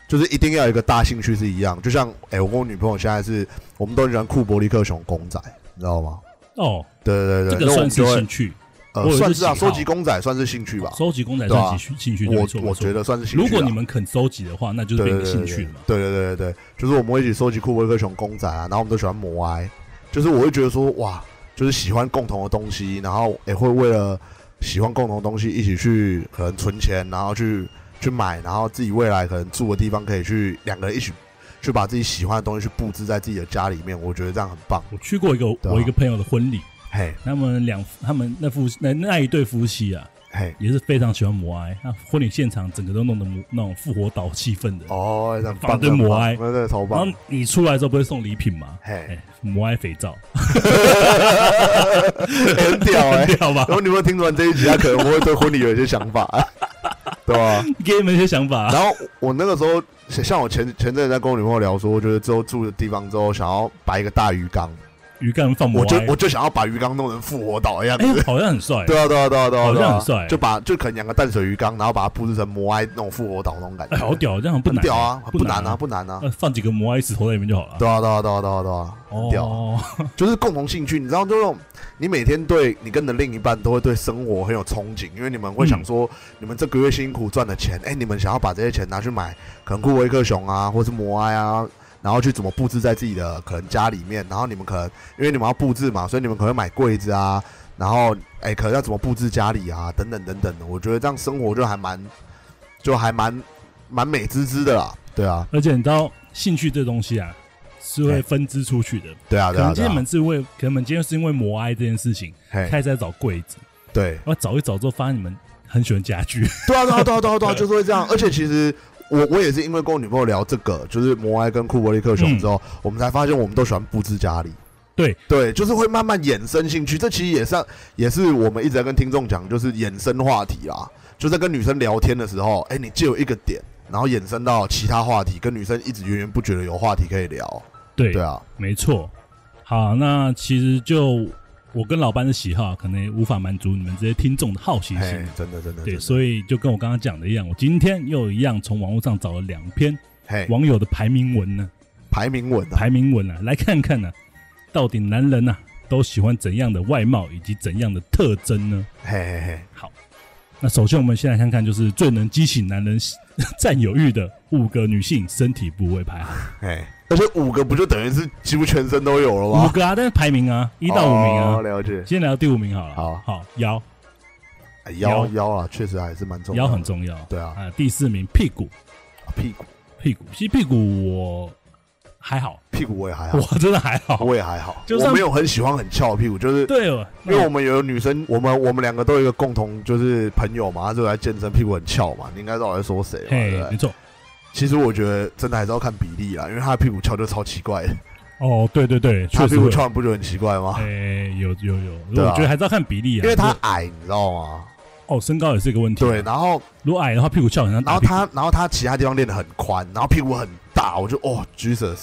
Speaker 2: 就是一定要有一个大兴趣是一样。就像哎、我跟我女朋友现在是，我们都很喜欢库伯利克熊公仔，你知道吗？
Speaker 4: 哦，
Speaker 2: 对对
Speaker 4: 这
Speaker 2: 对，
Speaker 4: 个
Speaker 2: 那我
Speaker 4: 算
Speaker 2: 们
Speaker 4: 是
Speaker 2: 就会
Speaker 4: 兴趣，我
Speaker 2: 呃
Speaker 4: 有
Speaker 2: 算是啊，
Speaker 4: 一个喜好
Speaker 2: 收集公仔算是兴趣吧。
Speaker 4: 收集公仔
Speaker 2: 对啊
Speaker 4: 算兴趣兴趣，没错
Speaker 2: 我
Speaker 4: 没
Speaker 2: 我
Speaker 4: 错
Speaker 2: 觉得算是兴趣
Speaker 4: 如
Speaker 2: 啊。
Speaker 4: 果你们肯收集的话，那就是
Speaker 2: 对
Speaker 4: 变
Speaker 2: 对
Speaker 4: 成
Speaker 2: 对
Speaker 4: 兴趣了嘛。
Speaker 2: 对对对对对，就是我们会一起收集库伯克熊公仔啊，然后我们都喜欢摩埃，就是我会觉得说哇，就是喜欢共同的东西，然后也会为了喜欢共同的东西一起去可能存钱，然后去去买，然后自己未来可能住的地方可以去两个人一起去把自己喜欢的东西去布置在自己的家里面，我觉得这样很棒。
Speaker 4: 我去过一个
Speaker 2: 对啊
Speaker 4: 我一个朋友的婚礼，
Speaker 2: 嘿
Speaker 4: 他们两他们那夫那那一对夫妻啊，
Speaker 2: 嘿，
Speaker 4: 也是非常喜欢摩埃。那婚礼现场整个都弄得摩那种复活岛气氛的。
Speaker 2: 哦，这样
Speaker 4: 放
Speaker 2: 棒，
Speaker 4: 一堆摩埃
Speaker 2: 对对，超
Speaker 4: 然
Speaker 2: 棒
Speaker 4: 后。你出来之后不会送礼品吗？
Speaker 2: 嘿，
Speaker 4: 哎，摩埃肥
Speaker 2: 哦
Speaker 4: 皂，
Speaker 2: 很屌哎、
Speaker 4: 很屌吧
Speaker 2: 然？后你们听完这一集，他可能会对婚礼有一些想法， 对吧、
Speaker 4: 给你们一些想法啊。
Speaker 2: 然后我那个时候，像像我前前阵子在跟我女朋友聊说，就是之后住的地方之后，想要摆一个大鱼缸，
Speaker 4: 鱼竿放摩
Speaker 2: 我就
Speaker 4: 埃
Speaker 2: 我，就想要把鱼缸弄成复活岛一样子。
Speaker 4: 哎，好像很帅。
Speaker 2: 对啊，对啊，对啊，对啊，
Speaker 4: 好
Speaker 2: 对
Speaker 4: 像
Speaker 2: 啊
Speaker 4: 很帅
Speaker 2: 就把就可能养个淡水鱼缸，然后把它布置成摩埃那种复活岛那种感觉，
Speaker 4: 哎，好屌，这样不
Speaker 2: 很
Speaker 4: 难。
Speaker 2: 屌啊，不难
Speaker 4: 难
Speaker 2: 啊，。不难啊，
Speaker 4: 呃，放几个摩埃石头在里面就好了。
Speaker 2: 对啊，对啊，对啊，对啊，对啊，很屌啊，
Speaker 4: 哦，
Speaker 2: 就是共同兴趣，你知道，就那种你每天对你跟你的另一半都会对生活很有憧憬，因为你们会想说，
Speaker 4: 嗯
Speaker 2: 你们这个月辛苦赚的钱，哎、你们想要把这些钱拿去买可能库维克熊啊，或是摩埃啊，然后去怎么布置在自己的可能家里面，然后你们可能因为你们要布置嘛，所以你们可能会买柜子啊，然后哎、可能要怎么布置家里啊，等等等等的，我觉得这样生活就还蛮，就还蛮蛮美滋滋的啦，对啊，
Speaker 4: 而且你知道，兴趣这东西啊，是会
Speaker 2: 哎
Speaker 4: 分支出去的。
Speaker 2: 对啊，
Speaker 4: 可
Speaker 2: 对啊，对
Speaker 4: 能今天你
Speaker 2: 啊
Speaker 4: 们，是因为，可能你们今天是因为摩埃这件事情，
Speaker 2: 嘿，
Speaker 4: 开始在找柜子，
Speaker 2: 对。
Speaker 4: 然后找一找之后发现你们很喜欢家 具，
Speaker 2: 对啊，对啊，对啊，对啊，对啊，就是会这样。而且其实我我也是因为跟我女朋友聊这个，就是摩埃跟库伯利克熊之后，我们才发现我们都喜欢布置家里。
Speaker 4: 嗯对
Speaker 2: 对，就是会慢慢衍生兴趣。这其实也是也是我们一直在跟听众讲，就是衍生话题啦。就在跟女生聊天的时候，哎、你借我一个点，然后衍生到其他话题，跟女生一直源源不绝的有话题可以聊。
Speaker 4: 对
Speaker 2: 对啊，
Speaker 4: 没错。好，那其实就我跟老班的喜好，可能也无法满足你们这些听众的好奇
Speaker 2: 嘿
Speaker 4: 心。，
Speaker 2: 真的真的，
Speaker 4: 对，
Speaker 2: 以
Speaker 4: 所以就跟我刚刚讲的一样，我今天又一样从网络上找了两篇
Speaker 2: 嘿，
Speaker 4: 网友的排名文呢，
Speaker 2: 排名文啊，
Speaker 4: 排名文啊，来看看呢、到底男人啊都喜欢怎样的外貌以及怎样的特征呢？
Speaker 2: 嘿嘿嘿，
Speaker 4: 那首先我们先来看看，就是最能激起男人 占有欲的五个女性身体部位排行，
Speaker 2: 嘿，而且五个不就等于是几乎全身都有了
Speaker 4: 五
Speaker 2: 吗？
Speaker 4: 个啊，但是排名啊，一到五名啊，
Speaker 2: 哦了解。
Speaker 4: 先聊第五名好了。
Speaker 2: 好
Speaker 4: 好，腰
Speaker 2: 哎腰
Speaker 4: 腰
Speaker 2: 腰啊，确实还是蛮重要
Speaker 4: 腰
Speaker 2: 的，
Speaker 4: 很重要。
Speaker 2: 对啊，
Speaker 4: 啊，第四名屁股，
Speaker 2: 啊屁股
Speaker 4: 屁股，其实屁股我还好，
Speaker 2: 屁股我也还好，
Speaker 4: 我真的还好。
Speaker 2: 我也还好，
Speaker 4: 就
Speaker 2: 我
Speaker 4: 算
Speaker 2: 没有很喜欢很翘的屁股，就是
Speaker 4: 对哦，
Speaker 2: 因为我们有女生，我们我们两个都有一个共同就是朋友嘛，她就来健身，屁股很翘嘛，你应该知道我在说谁嘛，对
Speaker 4: 嘿
Speaker 2: 不，
Speaker 4: 没
Speaker 2: 对？
Speaker 4: 错，
Speaker 2: 其实我觉得真的还是要看比例啦，因为她的屁股翘就超奇怪的，
Speaker 4: 哦，对对对，
Speaker 2: 他
Speaker 4: 确
Speaker 2: 屁
Speaker 4: 实
Speaker 2: 股
Speaker 4: 会。
Speaker 2: 翘，你不觉得很奇怪吗？
Speaker 4: 哎、有有有，我
Speaker 2: 对啊
Speaker 4: 觉得还是要看比例啊，
Speaker 2: 因为他
Speaker 4: 如果
Speaker 2: 矮，你知道吗？
Speaker 4: 哦身高也是一个问题。
Speaker 2: 对，，然后
Speaker 4: 如果矮的话，屁股翘很像
Speaker 2: 然
Speaker 4: 大
Speaker 2: 后
Speaker 4: 屁股。
Speaker 2: 他然后他其他地方练得很宽，然后屁股很大，我就哦 Jesus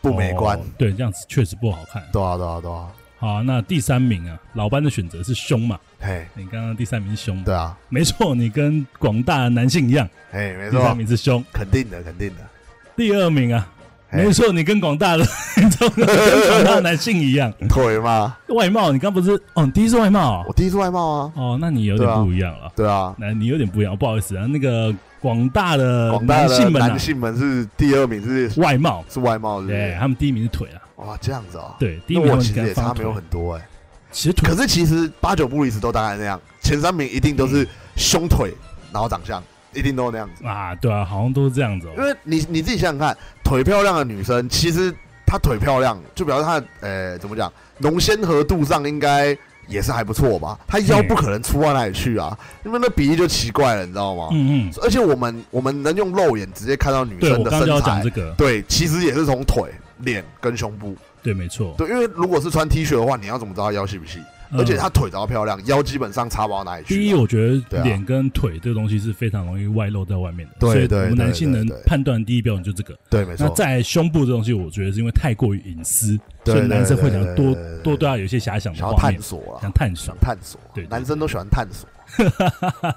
Speaker 2: 不美观
Speaker 4: 哦，对，这样子确实不好看。
Speaker 2: 对啊对啊对啊，
Speaker 4: 好，那第三名啊，老班的选择是胸嘛？
Speaker 2: 嘿，
Speaker 4: 你刚刚第三名是胸，
Speaker 2: 对啊，
Speaker 4: 没错，你跟广大的男性一样，
Speaker 2: 嘿，哎没
Speaker 4: 第三
Speaker 2: 错，
Speaker 4: 名是胸。
Speaker 2: 肯定的肯定的，哎
Speaker 4: 第二名啊，
Speaker 2: 嘿
Speaker 4: 没错，你跟广大的 跟广大的男性一样，
Speaker 2: 腿嘛，
Speaker 4: 外貌，你刚不是哦，你第一是外貌
Speaker 2: 我
Speaker 4: 哦
Speaker 2: 第一次外貌啊，
Speaker 4: 哦，那你有点
Speaker 2: 对啊
Speaker 4: 不一样了，
Speaker 2: 对啊，
Speaker 4: 那你有点不一样，不好意思啊，那个广大的
Speaker 2: 广大
Speaker 4: 男
Speaker 2: 的
Speaker 4: 性们啊
Speaker 2: 男，性们是第二名是
Speaker 4: 外貌，
Speaker 2: 是外貌，是不
Speaker 4: 对
Speaker 2: 是？
Speaker 4: 他们第一名是腿啊，
Speaker 2: 哇，这样子哦，
Speaker 4: 对，第一
Speaker 2: 那
Speaker 4: 名他
Speaker 2: 我
Speaker 4: 们
Speaker 2: 其实
Speaker 4: 给他
Speaker 2: 也差
Speaker 4: 放
Speaker 2: 没
Speaker 4: 腿
Speaker 2: 有，很多哎，
Speaker 4: 其实腿
Speaker 2: 可是其实八九不离十都大概那样，前三名一定都是
Speaker 4: 嗯
Speaker 2: 胸腿，然后长相一定都是那样子。
Speaker 4: 啊，对啊，好像都是这样子哦
Speaker 2: 因，为你你自己想想看，腿漂亮的女生，其实她腿漂亮，就表示她的呃怎么讲，浓鲜和度上应该也是还不错吧。她腰不可能粗到哪里去啊，因为那比例就奇怪了，你知道吗？
Speaker 4: 嗯嗯，
Speaker 2: 而且我们我们能用肉眼直接看到女
Speaker 4: 对
Speaker 2: 生
Speaker 4: 我
Speaker 2: 的
Speaker 4: 刚刚
Speaker 2: 身
Speaker 4: 就要讲
Speaker 2: 材
Speaker 4: 这，个，
Speaker 2: 对，其实也是从腿、脸跟胸部。
Speaker 4: 对，没错，
Speaker 2: 对，因为如果是穿 T 恤的话，你要怎么知道她腰细不细？
Speaker 4: 嗯
Speaker 2: 而且她腿只要漂亮，腰基本上差不到哪里去啊。
Speaker 4: 第一，我觉
Speaker 2: 对
Speaker 4: 得
Speaker 2: 啊
Speaker 4: 脸跟腿这个东西是非常容易外露在外面的，
Speaker 2: 对
Speaker 4: 所以
Speaker 2: 对
Speaker 4: 我们
Speaker 2: 对
Speaker 4: 男性
Speaker 2: 对
Speaker 4: 能
Speaker 2: 对
Speaker 4: 判断的第一标准就这个。
Speaker 2: 对，没
Speaker 4: 那
Speaker 2: 错，
Speaker 4: 在胸部这东西，我觉得是因为太过于隐私，
Speaker 2: 对
Speaker 4: 所以男生会想要多
Speaker 2: 对对对对
Speaker 4: 多对他有一些遐想的
Speaker 2: 想要
Speaker 4: 画
Speaker 2: 探
Speaker 4: 面，
Speaker 2: 索啊
Speaker 4: 想，探索
Speaker 2: 想，探索
Speaker 4: 对，对
Speaker 2: 男生都喜欢探索。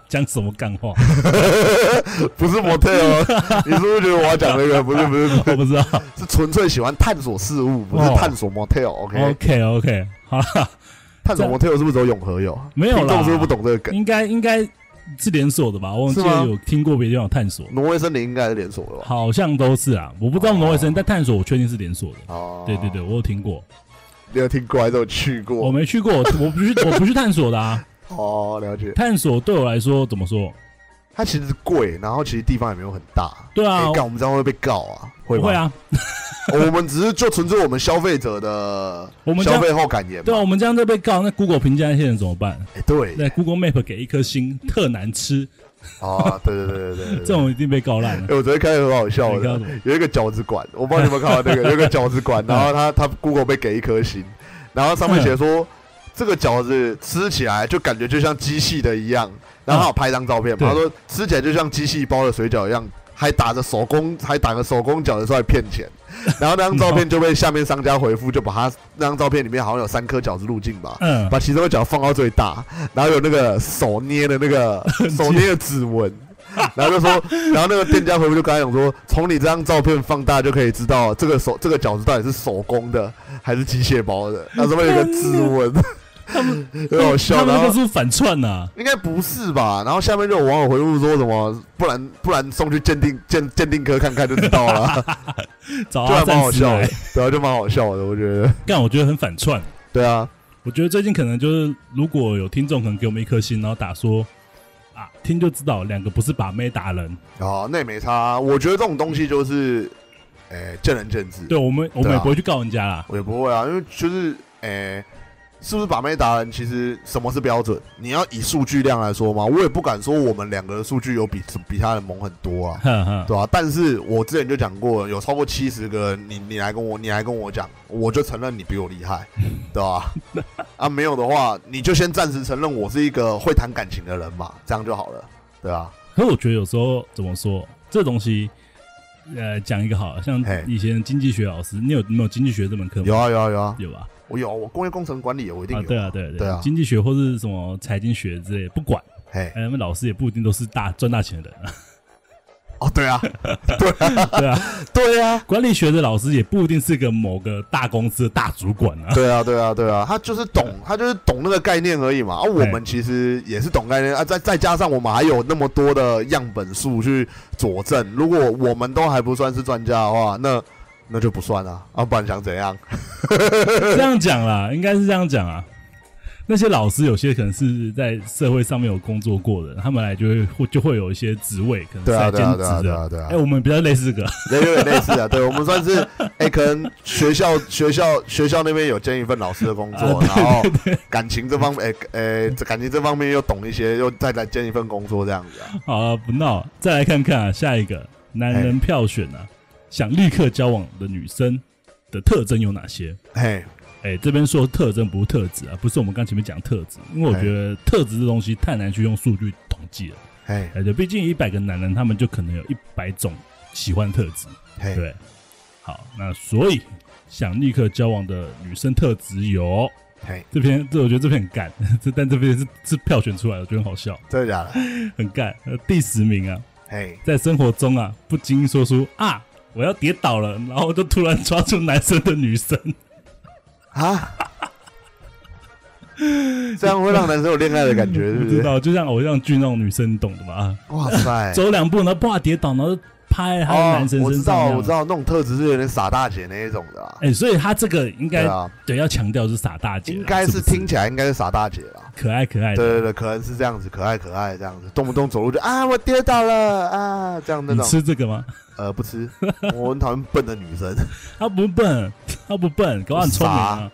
Speaker 4: 讲什么干 话，
Speaker 2: 不是模特 哦，你是不是觉得我要讲那个？不是不是，不
Speaker 4: 我
Speaker 2: 是
Speaker 4: 不知道。
Speaker 2: 是纯粹喜欢探索事物，不是
Speaker 4: 哦
Speaker 2: 探索模特。OK，
Speaker 4: OK OK，好了，
Speaker 2: 探索模特是不是只有永和有？
Speaker 4: 没有啦
Speaker 2: 听众是不是不懂这个梗？
Speaker 4: 应该应该是连锁的吧？我忘记
Speaker 2: 是吗
Speaker 4: 有听过别地方有探索，
Speaker 2: 挪威森林应该是连锁的吧？
Speaker 4: 好像都是啊，我不知道挪威森，
Speaker 2: 哦
Speaker 4: 但探索我确定是连锁的。
Speaker 2: 哦，
Speaker 4: 对对对，，我有听过，
Speaker 2: 你有听过还是有去
Speaker 4: 我
Speaker 2: 过？
Speaker 4: 没去过，我不去， 我不去探索的啊。
Speaker 2: 哦，了解。
Speaker 4: 探索对我来说怎么说？
Speaker 2: 它其实贵，然后其实地方也没有很大。
Speaker 4: 对啊
Speaker 2: 哎，干我们这样会被告啊？会
Speaker 4: 不会
Speaker 2: 吗？
Speaker 4: 啊，
Speaker 2: 我们只是就纯粹我们消费者的
Speaker 4: 我们这
Speaker 2: 消
Speaker 4: 样
Speaker 2: 费后感言
Speaker 4: 对啊，
Speaker 2: 嘛。
Speaker 4: 我们这样就被告，那 Google 评价那些人怎么办？
Speaker 2: 哎对，
Speaker 4: 那 Google Map 给一颗星，特难吃，
Speaker 2: 哦，对对对对对对对，
Speaker 4: 这种一定被告烂了
Speaker 2: 哎、。我昨天看到很好笑
Speaker 4: 你看到
Speaker 2: 的
Speaker 4: 什么，
Speaker 2: 有一个饺子馆，我不知道你有没有看到 那个，有一个饺子馆，然后他他 Google 被给一颗星，然后上
Speaker 4: 嗯
Speaker 2: 面写说这个饺子吃起来就感觉就像机器的一样，然后他有拍一张照片嘛，
Speaker 4: 嗯对
Speaker 2: 他说吃起来就像机器包的水饺一样，还打着手工还打个手工饺子出来骗钱，然后那张照片就被下面商家回复，就把他那张照片里面好像有三颗饺子入镜吧，
Speaker 4: 嗯，
Speaker 2: 把其中一脚放到最大，然后有那个手捏的那 个手捏的指纹，然后就说， 然后那个店家回复就跟他讲说，从你这张照片放大就可以知道这个手这个饺子到底是手工的还是机械包的，那上面有个指纹， 很好笑。
Speaker 4: 他们
Speaker 2: 然
Speaker 4: 那个
Speaker 2: 后
Speaker 4: 是不是反串呐、
Speaker 2: 应该不是吧？然后下面就有网友回复说什么，不然不然送去鉴定鉴鉴定科看看就知道 了，
Speaker 4: 找
Speaker 2: 就
Speaker 4: 阿
Speaker 2: 还蛮好
Speaker 4: 战士
Speaker 2: 笑的
Speaker 4: 哦来，，
Speaker 2: 对啊，就蛮好笑的，我觉得，
Speaker 4: 干，我觉得很反串。
Speaker 2: 对啊，
Speaker 4: 我觉得最近可能就是，如果有听众可能给我们一颗星，然后打说啊，听就知道两个不是把妹打人。
Speaker 2: 哦，那也没差、啊。我觉得这种东西就是，诶、见仁见智。
Speaker 4: 对我们，我们
Speaker 2: 对
Speaker 4: 也
Speaker 2: 啊
Speaker 4: 不会去告人家啦。
Speaker 2: 我也不会啊，因为就是，诶、是不是把妹达人？其实什么是标准？你要以数据量来说嘛，我也不敢说我们两个的数据有比比他人猛很多啊，
Speaker 4: 哈哈，
Speaker 2: 对吧、但是我之前就讲过，有超过七十个人，你你来跟我，你来跟我讲，我就承认你比我厉害，对吧、啊？没有的话，你就先暂时承认我是一个会谈感情的人嘛，这样就好了，对吧、
Speaker 4: 可是我觉得有时候怎么说，这东西，呃，讲一个好了像
Speaker 2: 嘿
Speaker 4: 以前经济学老师，你有没有经济学这门课吗？
Speaker 2: 有啊有啊有啊，
Speaker 4: 有吧？
Speaker 2: 我有，我工业工程管理我一定
Speaker 4: 啊，
Speaker 2: 有，
Speaker 4: 对啊，对啊
Speaker 2: 对
Speaker 4: 啊，
Speaker 2: 啊
Speaker 4: 经济学或是什么财经学之类，不管，
Speaker 2: 嘿，
Speaker 4: 哎，他们老师也不一定都是大赚大钱的人啊，
Speaker 2: 哦对啊，
Speaker 4: 对啊，
Speaker 2: 对啊，
Speaker 4: 管理学的老师也不一定是个某个大公司的大主管 啊，
Speaker 2: 对啊，对啊，对啊，他就是懂，他就是懂那个概念而已嘛。啊，我
Speaker 4: 哎
Speaker 2: 们其实也是懂概念啊，再再加上我们还有那么多的样本数去佐证，如果我们都还不算是专家的话，那那就不算啊，啊，不然想怎样？
Speaker 4: 这样讲啦，应该是这样讲啊。那些老师有些可能是在社会上面有工作过的，他们来就会会就会有一些职位，可能是
Speaker 2: 对啊，
Speaker 4: 在
Speaker 2: 对
Speaker 4: 兼
Speaker 2: 啊，对啊，
Speaker 4: 职
Speaker 2: 对
Speaker 4: 的。
Speaker 2: 啊，对啊
Speaker 4: 哎，，我们比较类似这个，
Speaker 2: 对有点类似啊。对我们算 是，哎，可能学校学校学校那边有兼一份老师的工
Speaker 4: 啊
Speaker 2: 作，然后感情这方面，哎哎，这感情这方面又懂一些，又再来兼一份工作这样子啊。
Speaker 4: 好了，不闹，再
Speaker 2: 哎
Speaker 4: 来看看啊，下一个男人票选啊，想立刻交往的女生的特征有哪些？
Speaker 2: 嘿，
Speaker 4: 哎、这边说特征不是特质啊，不是我们刚前面讲的特质，因为
Speaker 2: 哎
Speaker 4: 我觉得特质这东西太难去用数据统计了。
Speaker 2: 嘿，
Speaker 4: 哎、对，毕竟一百个男人，他们就可能有一百种喜欢特质。
Speaker 2: 嘿，
Speaker 4: 对，好，那所以想立刻交往的女生特质有
Speaker 2: 嘿，
Speaker 4: 这篇，这我觉得这篇很干， 这但这篇是是票选出来的，我觉得很好笑，
Speaker 2: 真的假的？
Speaker 4: 很干。呃，第十名啊，
Speaker 2: 嘿，
Speaker 4: 在生活中啊，不经意说出啊我要跌倒了，然后就突然抓住男生的女生，
Speaker 2: 啊，这样会让男生有恋爱的感 觉，是
Speaker 4: 不
Speaker 2: 不
Speaker 4: 知
Speaker 2: 是？
Speaker 4: 道，就像偶像剧那种女生，你懂的吧？啊
Speaker 2: 哇 塞！
Speaker 4: 走两步然后啪跌倒，然后拍在他的男生
Speaker 2: 哎哦我
Speaker 4: 身
Speaker 2: 知
Speaker 4: 上、
Speaker 2: 道，我知。道，那种特质是有点傻大姐那一种的啊，
Speaker 4: 哎、所以他这个应
Speaker 2: 对
Speaker 4: 该
Speaker 2: 啊，
Speaker 4: 对要强调是傻大姐啦，啊
Speaker 2: 应该
Speaker 4: 是
Speaker 2: 是
Speaker 4: 不是哎
Speaker 2: 听起来应该是傻大姐啦。
Speaker 4: 可爱可爱
Speaker 2: 对
Speaker 4: 的。
Speaker 2: 对对，可能是这样子，可爱可爱这样子，动不动走路就啊我跌倒了啊这样那
Speaker 4: 你
Speaker 2: 种。
Speaker 4: 吃这个吗？
Speaker 2: 呃，不吃，我很讨厌笨的女生。
Speaker 4: 他不笨，他不笨，搞很聪明啊。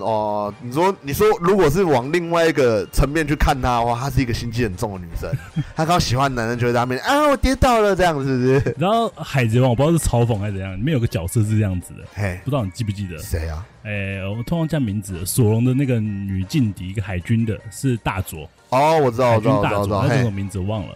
Speaker 2: 哦，你说你说，如果是往另外一个层面去看她的话，她是一个心机很重的女生，她刚喜欢男人就会在那边啊我跌倒了这样子，是不是？
Speaker 4: 然后海贼王我不知道是嘲讽还是怎样，里面有个角色是这样子的，
Speaker 2: 嘿，
Speaker 4: 不知道你记不记得？
Speaker 2: 谁啊？
Speaker 4: 哎、我突然叫名字了，索隆的那个女劲敌，一个海军的，是大佐，
Speaker 2: 哦，我知道，
Speaker 4: 海
Speaker 2: 我知
Speaker 4: 军
Speaker 2: 道，我知
Speaker 4: 大
Speaker 2: 道，我知道，
Speaker 4: 佐，他叫什么
Speaker 2: 嘿，
Speaker 4: 名字我忘了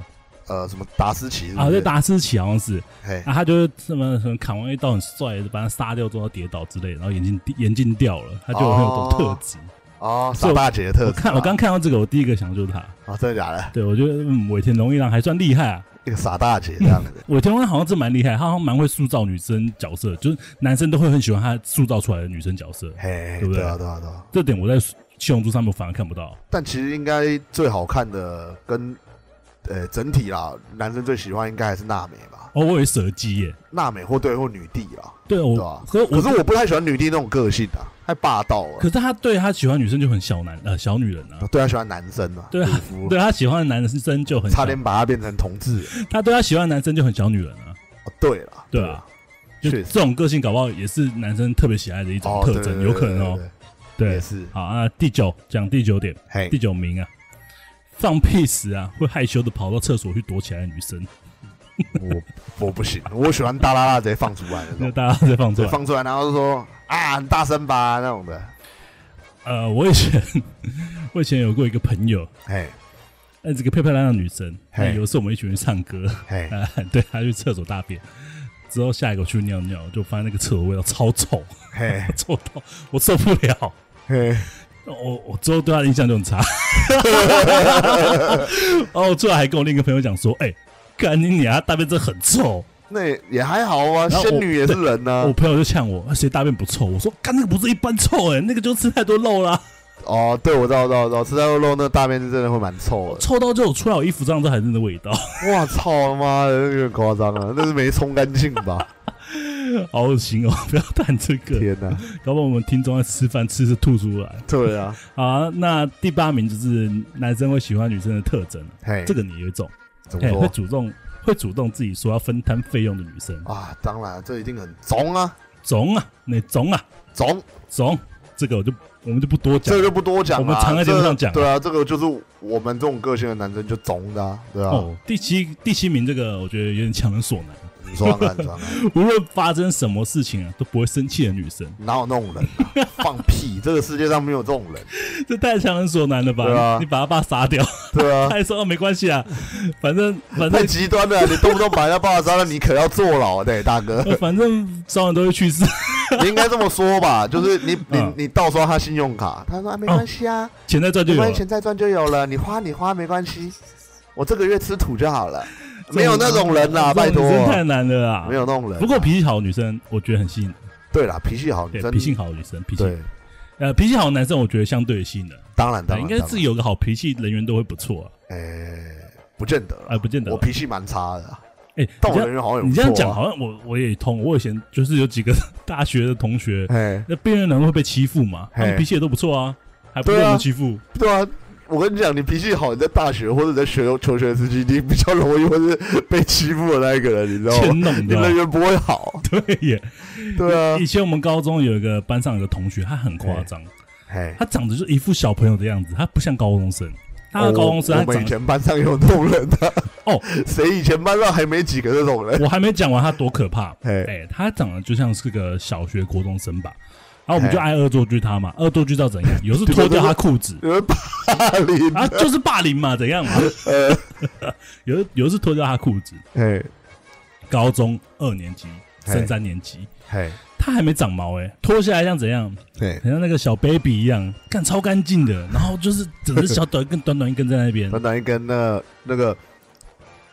Speaker 2: 呃，什么达斯奇是不
Speaker 4: 啊？
Speaker 2: 是
Speaker 4: 对，，达斯奇好像是
Speaker 2: 嘿，
Speaker 4: 啊，他就是什么什么砍完一刀很帅，把他杀掉之后跌倒之类，然后眼镜眼镜掉了，他就有很有这种特质。
Speaker 2: 哦，傻大姐的特质啊。
Speaker 4: 我看我刚看到这个，我第一个想就是他。
Speaker 2: 啊，真的假的？
Speaker 4: 对，我觉得嗯，尾田荣一郎还算厉害啊。
Speaker 2: 一个傻大姐这 样子，
Speaker 4: 尾田荣一郎好像是蛮厉害，他好像蛮会塑造女生角色，就是男生都会很喜欢他塑造出来的女生角色。
Speaker 2: 嘿，
Speaker 4: 对不对
Speaker 2: 对啊，对啊，对啊。
Speaker 4: 这点我在七龙珠上面反而看不到。
Speaker 2: 但其实应该最好看的跟，呃，整体啦，男生最喜欢应该还是娜美吧，
Speaker 4: 哦，我有蛇姬耶。
Speaker 2: 娜美或对或女帝啦，
Speaker 4: 对，
Speaker 2: 对
Speaker 4: 哦我
Speaker 2: 吧？
Speaker 4: 可
Speaker 2: 可
Speaker 4: 我
Speaker 2: 是我不太喜欢女帝那种个性啊，太霸道
Speaker 4: 可
Speaker 2: 了。
Speaker 4: 是他对他喜欢女生就很小男呃小女人啊，
Speaker 2: 对，他喜欢男生啊，
Speaker 4: 对
Speaker 2: 鲁
Speaker 4: 啊
Speaker 2: 夫，
Speaker 4: 对他喜欢的男生就很小
Speaker 2: 差点把他变成同志。
Speaker 4: 他对他喜欢的男生就很小女人啊。
Speaker 2: 哦对了，
Speaker 4: 对啊
Speaker 2: 啊，
Speaker 4: 就
Speaker 2: 确
Speaker 4: 这
Speaker 2: 实
Speaker 4: 种个性，搞不好也是男生特别喜爱的一种
Speaker 2: 哦，
Speaker 4: 特
Speaker 2: 对
Speaker 4: 征，
Speaker 2: 对
Speaker 4: 有
Speaker 2: 对
Speaker 4: 可能哦
Speaker 2: 对。对对
Speaker 4: 对
Speaker 2: 也，是，
Speaker 4: 好啊，那第九讲第九点，
Speaker 2: 嘿
Speaker 4: 第，九名啊，放屁时啊会害羞的跑到厕所去躲起来的女生，
Speaker 2: 哦我我不行，我喜欢大啦啦直接放出来那
Speaker 4: 那
Speaker 2: 种，
Speaker 4: 大家在放出
Speaker 2: 对，
Speaker 4: 来。
Speaker 2: 放出来然后就说啊，很大声吧那种的，
Speaker 4: 呃，我以前 我以前有过一个朋友，
Speaker 2: 嘿，
Speaker 4: 那这个漂漂亮亮的女生，
Speaker 2: 嘿
Speaker 4: 那有一次我们一起去唱歌，
Speaker 2: 嘿，
Speaker 4: 啊，对她去厕所大便。之后下一个我去尿尿，就发现那个厕所味道超臭，
Speaker 2: 嘿，
Speaker 4: 臭到我受不了。
Speaker 2: 嘿，
Speaker 4: 我我之后对他的印象就很差。 哦，最后还跟我另一个朋友讲说，哎、干你娘，大便真的很臭。
Speaker 2: 那也也还好啊，
Speaker 4: 然后我
Speaker 2: 仙女也是人呐、
Speaker 4: 我朋友就呛我，啊谁大便不臭？我说干那个不是一般臭、哎，那个就吃太多肉啦，
Speaker 2: 哦，对，我知道，我知道，我知道，吃到肉那大便是真的会蛮臭的。
Speaker 4: 臭到就有出来我衣服上都还是那味道。
Speaker 2: 哇操他妈的，有点夸张啊了，那是没冲干净吧？
Speaker 4: 好恶心哦， 不要谈这个，
Speaker 2: 天 哪，
Speaker 4: 搞不好我们听众在吃饭吃是吐出来。
Speaker 2: 对啊，
Speaker 4: 好啊，那第八名就是男生会喜欢女生的特征，
Speaker 2: 嘿，
Speaker 4: 这个你有一种，
Speaker 2: 怎么
Speaker 4: 哎，会
Speaker 2: 说
Speaker 4: 主动会主动自己说要分摊费用的女生，
Speaker 2: 啊？当然，这一定很怂啊，
Speaker 4: 怂啊，那怂啊。
Speaker 2: 怂，
Speaker 4: 怂，这个我就我们就不多
Speaker 2: 这
Speaker 4: 讲
Speaker 2: 个。就不多讲了。
Speaker 4: 我们常在节目上讲
Speaker 2: 这个对啊，这个就是我们这种个性的男生就怂的、啊，对啊。
Speaker 4: 哦，第七第七名这个我觉得有点强人所难，
Speaker 2: 你说看看，你说看看，
Speaker 4: 无论发生什么事情啊都不会生气的女生，
Speaker 2: 哪有那种人、啊？放屁！这个世界上没有这种人，
Speaker 4: 这太强人所难了吧？
Speaker 2: 对啊
Speaker 4: 你把他爸杀 掉，
Speaker 2: 对啊
Speaker 4: 他。还说哦没关系啊，反正反
Speaker 2: 太
Speaker 4: 正
Speaker 2: 极端了，你动不动把人家爸爸杀了，你可要坐牢的、大哥。
Speaker 4: 呃反正早晚都会去世，
Speaker 2: 你应该这么说吧，就是你你
Speaker 4: 嗯
Speaker 2: 你盗刷他信用卡，他说、啊、没关系啊，
Speaker 4: 钱再赚就
Speaker 2: 没
Speaker 4: 有
Speaker 2: 关
Speaker 4: 了
Speaker 2: 系，。钱再赚就有了，你花你花没关系，我这个月吃土就好了。没有那种人啦，
Speaker 4: 啊这
Speaker 2: 拜
Speaker 4: 种
Speaker 2: 托，
Speaker 4: 女生太难了啊
Speaker 2: 没。有那种人啊。
Speaker 4: 不过脾气好的女生，我觉得很吸引人。
Speaker 2: 对啦，脾气好，你
Speaker 4: 对，
Speaker 2: 真
Speaker 4: 脾性好的女生，脾气
Speaker 2: 对，
Speaker 4: 呃脾气好的男生，我觉得相对吸引人。
Speaker 2: 当然当然，
Speaker 4: 啊应该
Speaker 2: 当然
Speaker 4: 自己有个好脾气，人缘都会不错啊。
Speaker 2: 哎，不见得啦
Speaker 4: 哎，不见得
Speaker 2: 我
Speaker 4: 啦。
Speaker 2: 脾气蛮差的啊，
Speaker 4: 哎，
Speaker 2: 但我
Speaker 4: 你这样
Speaker 2: 人缘好像也
Speaker 4: 你
Speaker 2: 不
Speaker 4: 这
Speaker 2: 错啊
Speaker 4: 样讲，好像我我也通。我以前就是有几个 大学的同学，
Speaker 2: 哎，
Speaker 4: 那边缘人会被欺负嘛，他们
Speaker 2: 嘿
Speaker 4: 脾气也都不错啊，还不被
Speaker 2: 对啊
Speaker 4: 我们欺负。
Speaker 2: 对啊。我跟你讲，你脾气好，你在大学或者在学求学时期，你比较容易会是被欺负的那一个人，你知道
Speaker 4: 欠
Speaker 2: 吗？
Speaker 4: 弄
Speaker 2: 哦你
Speaker 4: 的啊
Speaker 2: 人缘不会好，
Speaker 4: 对耶，
Speaker 2: 对啊
Speaker 4: 以。前我们高中有一个班上有个同学，他很夸张，
Speaker 2: 哎，
Speaker 4: 他长得就是一
Speaker 2: 哦
Speaker 4: 副小朋友的样子，他不像高中生。他的高中生
Speaker 2: 我
Speaker 4: 他
Speaker 2: 我们以
Speaker 4: 长得
Speaker 2: 前班上有那种人的，啊
Speaker 4: 哦哦，
Speaker 2: 谁以前班上还没几个这种 人？
Speaker 4: 我还没讲完他多可怕。
Speaker 2: 嘿
Speaker 4: 哎、他长得就像是个小学国中生吧。然后我们就
Speaker 2: 嘿，
Speaker 4: 爱恶作剧他嘛，恶作剧到怎样？有时脱掉他裤子
Speaker 2: 有人霸凌？
Speaker 4: 啊，就是霸凌嘛，怎样嘛？有有一次脱掉他裤子，
Speaker 2: 嘿，
Speaker 4: 高中二年级
Speaker 2: 嘿
Speaker 4: 升三年级，
Speaker 2: 嘿，
Speaker 4: 他还没长毛哎、脱下来像怎样？
Speaker 2: 嘿，
Speaker 4: 很像那个小 baby 一样，干超干净的，然后就是整只小短根短短一根在那边，
Speaker 2: 短短一根那那个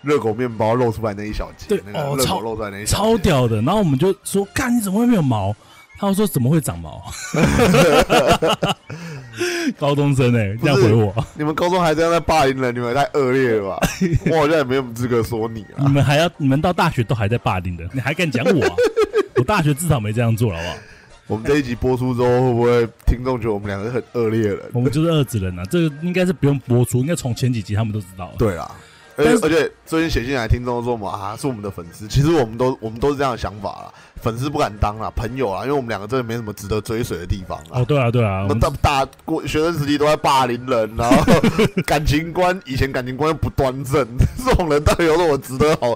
Speaker 2: 热狗面包露出来那一小节
Speaker 4: 对，
Speaker 2: 那个
Speaker 4: 哦
Speaker 2: 热
Speaker 4: 超
Speaker 2: 狗露出来那一小
Speaker 4: 超
Speaker 2: 节，
Speaker 4: 屌的。然后我们就说，干你怎么会没有毛？他说怎么会长毛？ 高中生哎、欸，这样回我，
Speaker 2: 你们高中还这样在霸凌人，你们也太恶劣 了吧？我好像也没什么资格说你
Speaker 4: 你
Speaker 2: 啊。
Speaker 4: 们还要你们到大学都还在霸凌的，你还敢讲 我、啊？我大学至少没这样做，好不好？
Speaker 2: 我们这一集播出之后，会不会听众觉得我们两个是很恶劣的 人？
Speaker 4: 我们就是二子人啊，这个应该是不用播出，应该从前几集他们都知道了。
Speaker 2: 对啦，而
Speaker 4: 但是
Speaker 2: 且而且最近写信来听众说我们啊是我们的粉丝，其实我们都我们都是这样的想法啦，粉丝不敢当啦，朋友啦，因为我们两个真的没什么值得追随的地方啦
Speaker 4: 哦，。对啊，对啊，我
Speaker 2: 那
Speaker 4: 们
Speaker 2: 大大过学生时期都在霸凌人， 然后感情观以前感情观又不端正，这种人到底有什么值得好、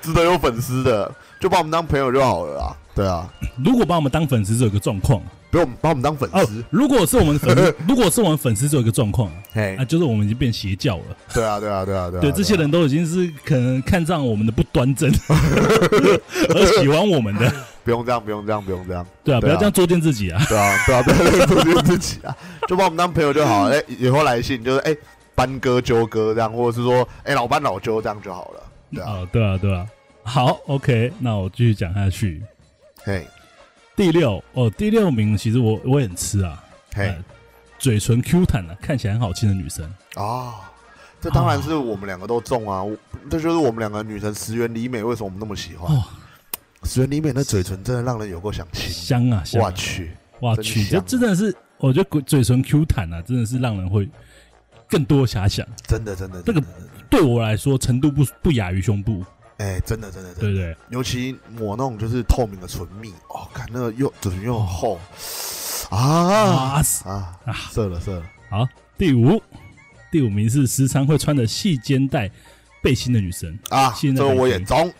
Speaker 2: 值得有粉丝的？就把我们当朋友就好了啦。对啊，
Speaker 4: 如果把我们当粉丝，就有一个状况
Speaker 2: 不用把我们当粉
Speaker 4: 哦
Speaker 2: 丝。。
Speaker 4: 如果是我们的粉丝，如果是我们粉丝，就有一个状况
Speaker 2: 嘿
Speaker 4: 啊，就是我们已经变邪教了。
Speaker 2: 对啊，对啊，对啊，对啊。
Speaker 4: 对，这
Speaker 2: 啊
Speaker 4: 些人都已经是可能看上我们的不端 正，而喜欢我们的。
Speaker 2: 不用这样，不用这样，不用这样。
Speaker 4: 对啊，不
Speaker 2: 对啊
Speaker 4: 要这样作践自己啊！
Speaker 2: 对啊，对啊，不要做这些自己啊，就把我们当朋友就好了。哎、以后来信就是哎、班哥纠哥这样，或者是说哎、老班老纠这样就好了。对啊，
Speaker 4: 哦，对啊，对啊。好，OK，那我继续讲下去。
Speaker 2: 嘿，
Speaker 4: 第六哦，第六名其实我我也很吃啊，
Speaker 2: 嘿
Speaker 4: 呃，嘴唇 Q 弹啊，看起来很好亲的女生。
Speaker 2: 哦，这当然是我们两个都中啊，我这就是我们两个女神石原里美为什么我们那么喜欢。
Speaker 4: 哦
Speaker 2: 石原里美那嘴唇真的让人有够想亲，
Speaker 4: 香啊，香
Speaker 2: 我
Speaker 4: 啊！
Speaker 2: 去，
Speaker 4: 哇
Speaker 2: 真
Speaker 4: 去，这
Speaker 2: 香啊
Speaker 4: 真的是，我觉得嘴唇 Q 弹啊，真的是让人会更多遐想。
Speaker 2: 真的真的，
Speaker 4: 这个
Speaker 2: 真的真的
Speaker 4: 对我来说，程度不不亚于胸部，
Speaker 2: 哎，真的真的真的
Speaker 4: 对，不对？
Speaker 2: 尤其抹那种就是透明的唇蜜，哦，看那个又嘴唇又厚啊
Speaker 4: 啊，死
Speaker 2: 啊，
Speaker 4: 啊！
Speaker 2: 射了射了，
Speaker 4: 好，第五，第五名是时常会穿着细肩带背心的女生，
Speaker 2: 啊，
Speaker 4: 现
Speaker 2: 这
Speaker 4: 在
Speaker 2: 个我也中，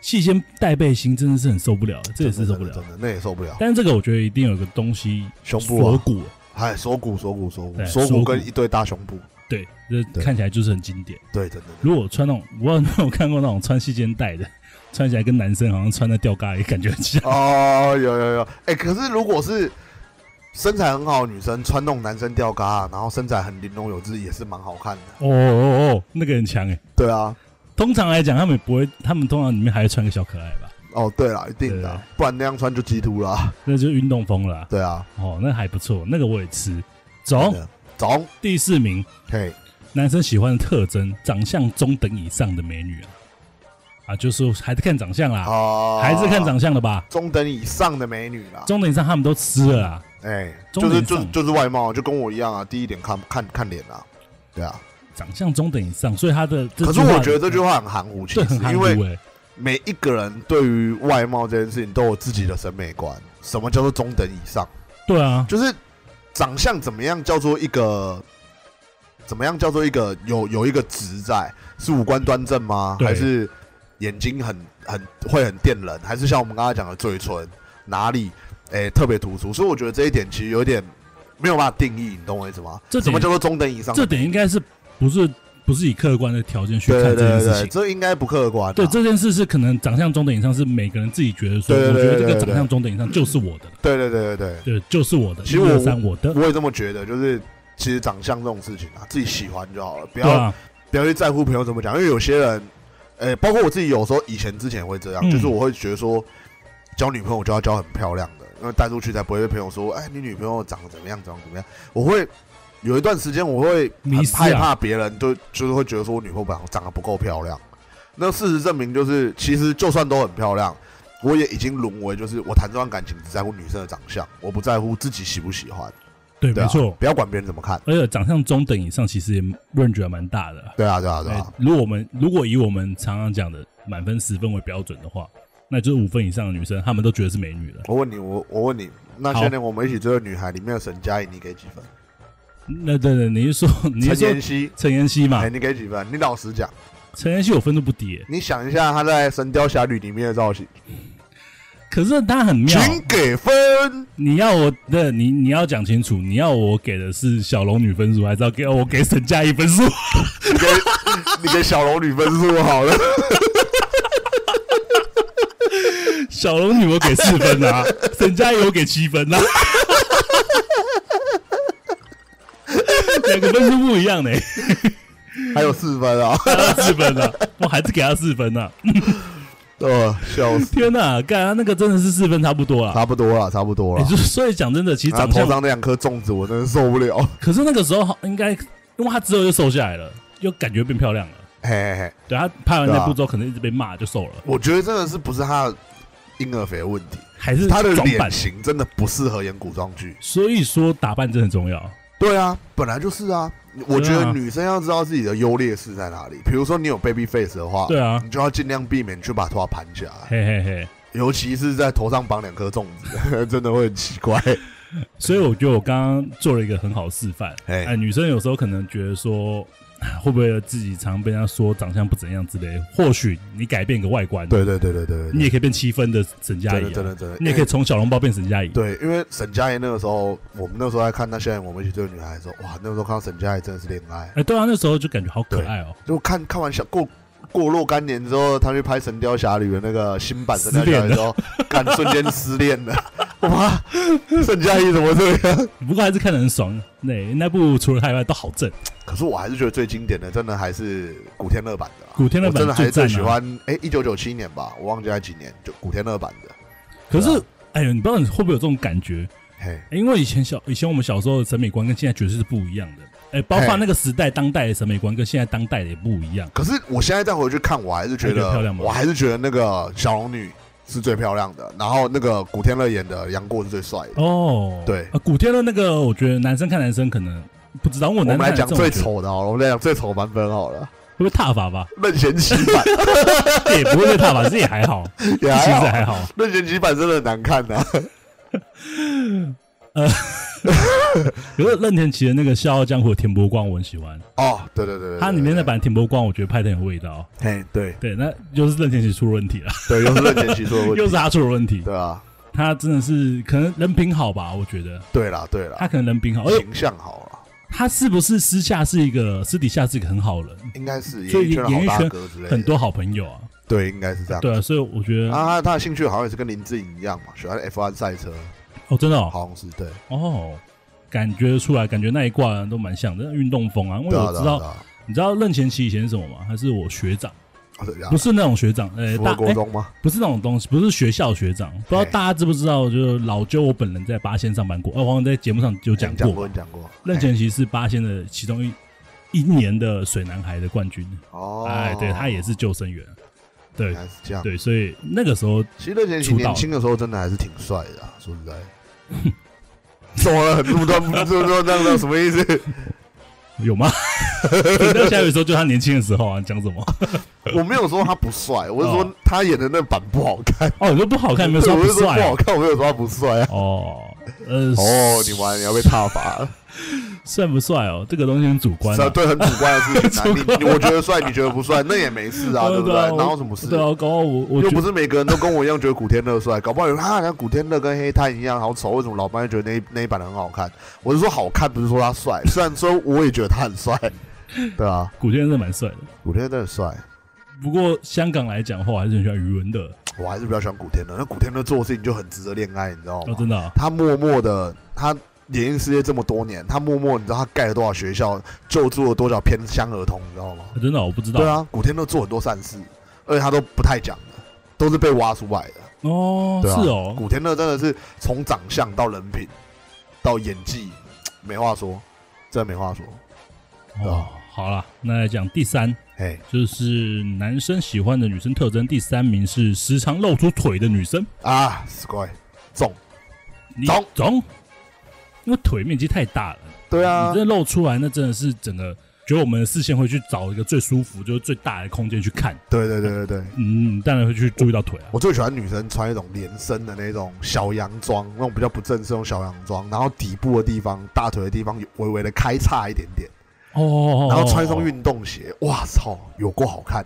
Speaker 4: 细肩带背心真的是很受不了，这也是受不
Speaker 2: 真的
Speaker 4: 了。
Speaker 2: 真的那也受不了。
Speaker 4: 但是这个我觉得一定有个东西，
Speaker 2: 胸部
Speaker 4: 锁
Speaker 2: 啊，
Speaker 4: 骨，
Speaker 2: 哎，锁骨锁骨锁骨
Speaker 4: 对
Speaker 2: 锁骨
Speaker 4: 锁骨
Speaker 2: 跟一对大胸部，
Speaker 4: 对，这
Speaker 2: 对
Speaker 4: 看起来就是很经典。
Speaker 2: 对，真的真的
Speaker 4: 如果穿那种，我有没有看过那种穿细肩带的，穿起来跟男生好像穿在吊嘎也感觉很像。
Speaker 2: 哦，有有有，哎、可是如果是身材很好的女生穿那种男生吊嘎，啊然后身材很玲珑有致，也是蛮好看的。
Speaker 4: 哦哦哦，那个很强哎、
Speaker 2: 对啊，
Speaker 4: 通常来讲，他们也不会，他们通常里面还会穿个小可爱吧，
Speaker 2: 哦，对啦，一定的啊、不然那样穿就鸡突啦。
Speaker 4: 那就是运动风了啊、
Speaker 2: 对啊，
Speaker 4: 哦，那还不错，那个我也吃。总
Speaker 2: 真的，总，
Speaker 4: 第四名，
Speaker 2: 嘿，
Speaker 4: 男生喜欢的特征，长相中等以上的美女啊，啊，就是还是看长相啦，
Speaker 2: 啊，
Speaker 4: 还是看长相的吧。
Speaker 2: 中等以上的美女啦。
Speaker 4: 中等以上他们都吃了啊啦，
Speaker 2: 哎、
Speaker 4: 中
Speaker 2: 就
Speaker 4: 等
Speaker 2: 是
Speaker 4: 以
Speaker 2: 就
Speaker 4: 上
Speaker 2: 是就是外貌，就跟我一样啊，第一点看看看脸啊。对啊，
Speaker 4: 长相中等以上，所以他的这
Speaker 2: 可
Speaker 4: 句
Speaker 2: 是
Speaker 4: 话
Speaker 2: 我觉得这句话很含糊，其
Speaker 4: 对
Speaker 2: 实
Speaker 4: 很含
Speaker 2: 因
Speaker 4: 糊
Speaker 2: 为
Speaker 4: 哎、
Speaker 2: 每一个人对于外貌这件事情都有自己的审美观。什么叫做中等以上？
Speaker 4: 对啊，
Speaker 2: 就是长相怎么样叫做一个，怎么样叫做一个有有一个值在，是五官端正吗？
Speaker 4: 对
Speaker 2: 还是眼睛很很会很电人？还是像我们刚才讲的嘴唇哪里诶、特别突出？所以我觉得这一点其实有点没有办法定义，你懂我意思吗？
Speaker 4: 这
Speaker 2: 什么
Speaker 4: 点
Speaker 2: 叫做中等以上？
Speaker 4: 这点应该是不是不是以客观的条件去
Speaker 2: 对对
Speaker 4: 看这件
Speaker 2: 对
Speaker 4: 事
Speaker 2: 对，
Speaker 4: 情。
Speaker 2: 这应该不客观啊、
Speaker 4: 对这件事是可能长相中等以上是每个人自己觉得说，
Speaker 2: 对对
Speaker 4: 我
Speaker 2: 对
Speaker 4: 觉得这
Speaker 2: 对
Speaker 4: 个
Speaker 2: 对
Speaker 4: 长相中等以上就是我的了，
Speaker 2: 对对对对对，
Speaker 4: 对，就是我的，
Speaker 2: 其实
Speaker 4: 一
Speaker 2: 我
Speaker 4: 二三我的，
Speaker 2: 我也这么觉得，就是其实长相这种事情啊，自己喜欢就好了，不
Speaker 4: 对
Speaker 2: 要、
Speaker 4: 啊，
Speaker 2: 不要去在乎朋友怎么讲，因为有些人，呃、包括我自己，有时候以前之前也会这样，
Speaker 4: 嗯
Speaker 2: 就是我会觉得说，交女朋友就要交很漂亮的，因为带出去才不会被朋友说，哎、你女朋友长得怎么样，怎么样怎么样。我会有一段时间，我会
Speaker 4: 迷
Speaker 2: 很
Speaker 4: 失啊
Speaker 2: 害怕别人就就是会觉得说我女朋友长长得不够漂亮。那事实证明，就是其实就算都很漂亮，我也已经沦为就是我谈这段感情只在乎女生的长相，我不在乎自己喜不喜欢，
Speaker 4: 对，
Speaker 2: 对啊
Speaker 4: 没错，。
Speaker 2: 不要管别人怎么看。
Speaker 4: 而且长相中等以上其实也 range 还蛮大的啊，
Speaker 2: 对啊，对啊，对
Speaker 4: 哎，
Speaker 2: 啊，
Speaker 4: 如果我们如果以我们常常讲的满分十分为标准的话，那就是五分以上的女生，她们都觉得是美女了。
Speaker 2: 我问你，我我问你，那
Speaker 4: 好
Speaker 2: 些年我们一起追的女孩里面的沈佳宜，你给几分？
Speaker 4: 那对对，你是说你是
Speaker 2: 陈妍
Speaker 4: 说啊
Speaker 2: 希，哎
Speaker 4: 陈妍希嘛
Speaker 2: 哎，？你给几分？你老实讲，
Speaker 4: 陈妍希我分度不低、欸，
Speaker 2: 你想一下他在《神雕侠侣》里面的造型，
Speaker 4: 可是他很妙。
Speaker 2: 请给分。
Speaker 4: 你要我的你你要讲清楚，你要我给的是小龙女分数，还是要给哦我给沈佳宜 分数？
Speaker 2: 你给你给小龙女分数好 了，
Speaker 4: 小龙女我给四分啊， 沈佳宜我给七分啊，两个分数不一样呢、
Speaker 2: 还有四分 啊！
Speaker 4: 给他四分啊，我还是给他四分啊！
Speaker 2: 呃，笑死，
Speaker 4: 天哪、干他那个真的是四分差不多啦。
Speaker 2: 差不多了，差不多
Speaker 4: 也
Speaker 2: 了。
Speaker 4: 就是所以讲真的，其实
Speaker 2: 他
Speaker 4: 长
Speaker 2: 头
Speaker 4: 相，
Speaker 2: 上那两颗粽子，我真的受不了。
Speaker 4: 可是那个时候好应该，因为他之后就瘦下来了，又感觉变漂亮了。
Speaker 2: 嘿嘿嘿，
Speaker 4: 对他拍完
Speaker 2: 对
Speaker 4: 那
Speaker 2: 啊
Speaker 4: 部之后，可能一直被骂就瘦了，
Speaker 2: 我觉得真的是不是他的婴儿肥的问题，
Speaker 4: 还是
Speaker 2: 他的
Speaker 4: 装
Speaker 2: 脸
Speaker 4: 扮。
Speaker 2: 型真的不适合演古装剧。
Speaker 4: 所以说打扮真的很重要。
Speaker 2: 对啊，本来就是啊。我觉
Speaker 4: 对啊
Speaker 2: 得女生要知道自己的优劣势在哪里。比如说你有 baby face 的话，
Speaker 4: 对啊
Speaker 2: 你就要尽量避免去把头发盘起来，
Speaker 4: 嘿嘿嘿，
Speaker 2: 尤其是在头上绑两颗粽子， 真的会很奇怪。
Speaker 4: 所以我觉得我刚刚做了一个很好的示范。
Speaker 2: 哎
Speaker 4: 哎，女生有时候可能觉得说，啊会不会自己常被人家说长相不怎样之类的？或许你改变一个外观，
Speaker 2: 对对对对对对，
Speaker 4: 你也可以变七分的沈佳
Speaker 2: 真
Speaker 4: 宜
Speaker 2: 的
Speaker 4: 啊、
Speaker 2: 真的真的，
Speaker 4: 你也可以从小笼包变沈佳宜。啊
Speaker 2: 对，因为沈佳宜那个时候，我们那时候在看她现在我们一起追的女孩的时候，哇，那个时候看到沈佳宜真的是恋爱。
Speaker 4: 哎，对啊，那时候就感觉好可爱哦、
Speaker 2: 就看看完小过过若干年之后，她去拍《神雕侠侣》的那个新版《神雕侠侣》的时 候，感瞬间失恋了。哇，沈佳宜怎么这样？
Speaker 4: 不过还是看得很爽。那那部除了他以外都好正，
Speaker 2: 可是我还是觉得最经典的，真的还是古天乐版的啦。啊
Speaker 4: 古天乐版
Speaker 2: 我真的还是最喜
Speaker 4: 最赞啊
Speaker 2: 欢。哎，一九九七年吧，我忘记在几年，就古天乐版的。
Speaker 4: 可是
Speaker 2: 对啊
Speaker 4: 哎呦，你不知道你会不会有这种感觉？哎
Speaker 2: 嘿，
Speaker 4: 因为以前小以前我们小时候的审美观跟现在绝对是不一样的。哎，包括
Speaker 2: 嘿
Speaker 4: 那个时代当代的审美观跟现在当代的也不一样。
Speaker 2: 可是我现在再回去看，我还是觉
Speaker 4: 还觉得
Speaker 2: 得
Speaker 4: 漂亮吗
Speaker 2: 我还是觉得那个小龙女是最漂亮的，然后那个古天乐演的杨过是最帅的。
Speaker 4: 哦，
Speaker 2: 对
Speaker 4: 啊，古天乐那个，我觉得男生看男生可能不知道，因为我
Speaker 2: 我
Speaker 4: 男
Speaker 2: 们
Speaker 4: 生
Speaker 2: 来
Speaker 4: 看
Speaker 2: 讲
Speaker 4: 男生
Speaker 2: 最
Speaker 4: 我觉得
Speaker 2: 丑的好了，我们来讲最丑的版本好了，
Speaker 4: 会不会踏法吧？
Speaker 2: 任贤齐版
Speaker 4: 也不会被踏法，这也还好，其
Speaker 2: 也
Speaker 4: 实
Speaker 2: 还好，
Speaker 4: 还好。
Speaker 2: 任贤齐版真的很难看啊呐、
Speaker 4: 可是任贤齐的那个《笑傲江湖》的田伯光我很喜欢，
Speaker 2: 哦，对对对对，
Speaker 4: 他里面那，版田伯光我觉得拍的很有味道。
Speaker 2: 哎，对
Speaker 4: 对，那就是任贤齐出了问题了，
Speaker 2: 对，又是任贤齐做的问
Speaker 4: 又
Speaker 2: 题，
Speaker 4: 是他出了问题。
Speaker 2: 对啊，
Speaker 4: 他真的是可能人品好吧，我觉得
Speaker 2: 对啊啦对啦
Speaker 4: 他，哦可能人品好，而且
Speaker 2: 形象好啊了，
Speaker 4: 他是不是私下是一个私底下是一个很好人，
Speaker 2: 应该是
Speaker 4: 所
Speaker 2: 演
Speaker 4: 以
Speaker 2: 艺圈的
Speaker 4: 演艺
Speaker 2: 好大
Speaker 4: 圈
Speaker 2: 哥之类的，
Speaker 4: 很多好朋友啊。
Speaker 2: 对，应该是这样。
Speaker 4: 对啊，所以我觉得
Speaker 2: 啊，他他的兴趣好像也是跟林志颖一样嘛，喜欢 F1 赛车，
Speaker 4: 哦，真的哦，
Speaker 2: 好像是对，
Speaker 4: 哦，感觉出来，感觉那一挂人都蛮像的运动风啊。因为
Speaker 2: 对啊
Speaker 4: 我
Speaker 2: 对
Speaker 4: 知
Speaker 2: 啊
Speaker 4: 道，
Speaker 2: 对啊
Speaker 4: 你知道任贤齐以前是什么吗？他是我学长，
Speaker 2: 啊对啊
Speaker 4: 不，是那种学长，呃，
Speaker 2: 符
Speaker 4: 大
Speaker 2: 合国
Speaker 4: 哎，
Speaker 2: 中吗？
Speaker 4: 不是那种东西，不是学校学长。不知道
Speaker 2: 哎
Speaker 4: 大家知不知道，就是老周我本人在八仙上班过，呃，黄黄在节目上就讲
Speaker 2: 哎讲
Speaker 4: 过，
Speaker 2: 过，讲过。
Speaker 4: 任贤齐是八仙的其中一一年的水男孩的冠军。
Speaker 2: 哎哦，哎
Speaker 4: 哎，对他也是救生员，对
Speaker 2: 原来是这样。
Speaker 4: 对，所以那个时候
Speaker 2: 其实任贤齐
Speaker 4: 出道
Speaker 2: 年轻的时候真的还是挺帅的啊，说实在。怎么了？这么多这么多这样的什么意 思？
Speaker 4: 有吗？ 你在下雨的时候，就他年轻的时候啊，你讲什么？
Speaker 2: 我没有说他不帅，我是
Speaker 4: 哦
Speaker 2: 说他演的那版不好看。
Speaker 4: 哦，你说不好看，没有
Speaker 2: 对
Speaker 4: 说他
Speaker 2: 我
Speaker 4: 不
Speaker 2: 是说
Speaker 4: 帅
Speaker 2: 不
Speaker 4: 啊
Speaker 2: 好看，我没有说他不帅啊。
Speaker 4: 哦，呃，
Speaker 2: 哦，你完了，你要被踏伐了。
Speaker 4: 帅不帅哦？这个东西很主观、
Speaker 2: 这
Speaker 4: 啊。
Speaker 2: 对很主观的事 情啊。
Speaker 4: 主观
Speaker 2: 你你我觉得帅，你觉得不帅，那也没事啊，对不对？
Speaker 4: 啊
Speaker 2: 哪有什么事
Speaker 4: 对？啊，搞我我
Speaker 2: 又
Speaker 4: 觉
Speaker 2: 不
Speaker 4: 得
Speaker 2: 是每个人都跟我一样觉得古天乐帅，搞不好有人啊，人家古天乐跟黑炭一样好丑，为什么老班觉得那一那一版的很好看？我是说好看，不是说他 帅。虽然说我也觉得他很帅，对啊，
Speaker 4: 古天乐是蛮帅的，
Speaker 2: 古天乐真的很帅，
Speaker 4: 不过香港来讲的话，我还是很喜欢余文的。
Speaker 2: 我还是比较喜欢古天乐。那古天乐做的事情就很值得恋爱，你知道
Speaker 4: 哦
Speaker 2: 吗，？
Speaker 4: 真的、啊，
Speaker 2: 他默默的，他演艺事业这么多年，他默默，你知道他盖了多少学校，救助了多少偏乡儿童，你知道吗？
Speaker 4: 啊真的啊、我不知道。
Speaker 2: 对啊，古天乐做很多善事，而且他都不太讲的，都是被挖出来的。
Speaker 4: 哦，
Speaker 2: 对啊，
Speaker 4: 是哦，
Speaker 2: 古天乐真的是从长相到人品到演技，没话说，真的没话说。对
Speaker 4: 哦
Speaker 2: 啊，
Speaker 4: 好啦，那来讲第三，
Speaker 2: 嘿，
Speaker 4: 就是男生喜欢的女生特征，第三名是时常露出腿的女生。
Speaker 2: 啊，死怪中，
Speaker 4: 你
Speaker 2: 中
Speaker 4: 中，因为腿面积太大了。
Speaker 2: 对啊
Speaker 4: 你，这露出来，那真的是整个，觉得我们的视线会去找一个最舒服，就是最大的空间去看。
Speaker 2: 对对对对对，
Speaker 4: 嗯，当然会去注意到腿啊。
Speaker 2: 我最喜欢女生穿一种连身的那种小洋装，那种比较不正式那种小洋装，然后底部的地方、大腿的地方有微微的开叉一点点，
Speaker 4: 哦哦，哦
Speaker 2: 然后穿一双，运动鞋，哇操，有够好看。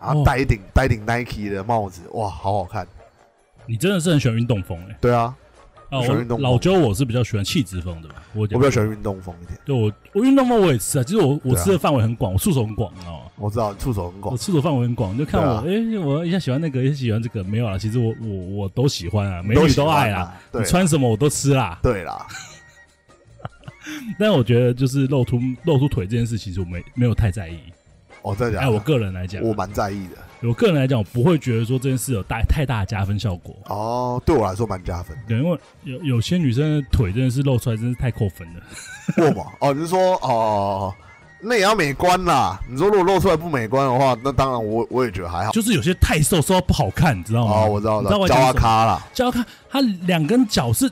Speaker 2: 然后
Speaker 4: 哦
Speaker 2: 戴一顶戴一顶 Nike 的帽子，哇，好好看。
Speaker 4: 你真的是很喜欢运动风哎、
Speaker 2: 对啊，
Speaker 4: 啊，
Speaker 2: 我喜欢
Speaker 4: 我
Speaker 2: 运动风
Speaker 4: 老周我是比较喜欢气质风的吧，我
Speaker 2: 我比较喜欢运动风一点。
Speaker 4: 对我我运动风我也吃啊，其实我我
Speaker 2: 对啊
Speaker 4: 吃的范围很广，我触手很广，你哦知道吗？
Speaker 2: 我知道触手很广
Speaker 4: 我，吃的哦范围很广，你就看我，哎、
Speaker 2: 对啊
Speaker 4: 我一下喜欢那个，一下喜欢这个，没有啦，啊其实我我我都喜欢啊，美
Speaker 2: 都
Speaker 4: 女
Speaker 2: 喜
Speaker 4: 都
Speaker 2: 欢
Speaker 4: 爱啦
Speaker 2: 啊，
Speaker 4: 你
Speaker 2: 对
Speaker 4: 穿什么我都吃啦。
Speaker 2: 对啦，
Speaker 4: 但我觉得就是露出露出腿这件事，其实我没没有太在意。
Speaker 2: 我在
Speaker 4: 哎、
Speaker 2: 讲，
Speaker 4: 我个人来讲啊，
Speaker 2: 我蛮在意的。
Speaker 4: 我个人来讲，我不会觉得说这件事有大太大的加分效果。
Speaker 2: 哦，对我来说蛮加分。
Speaker 4: 对，因为有有些女生的腿真的是露出来，真是太扣分了。
Speaker 2: 过嘛？哦，你是说哦，那也要美观啦。你说如果露出来不美观的话，那当然我我也觉得还好。
Speaker 4: 就是有些太瘦，瘦到不好看，你知道吗？
Speaker 2: 哦，我知道
Speaker 4: 你知道
Speaker 2: 了，
Speaker 4: 我
Speaker 2: 焦
Speaker 4: 在讲
Speaker 2: 阿
Speaker 4: 什么？
Speaker 2: 卡啦，
Speaker 4: 就要看她两根脚是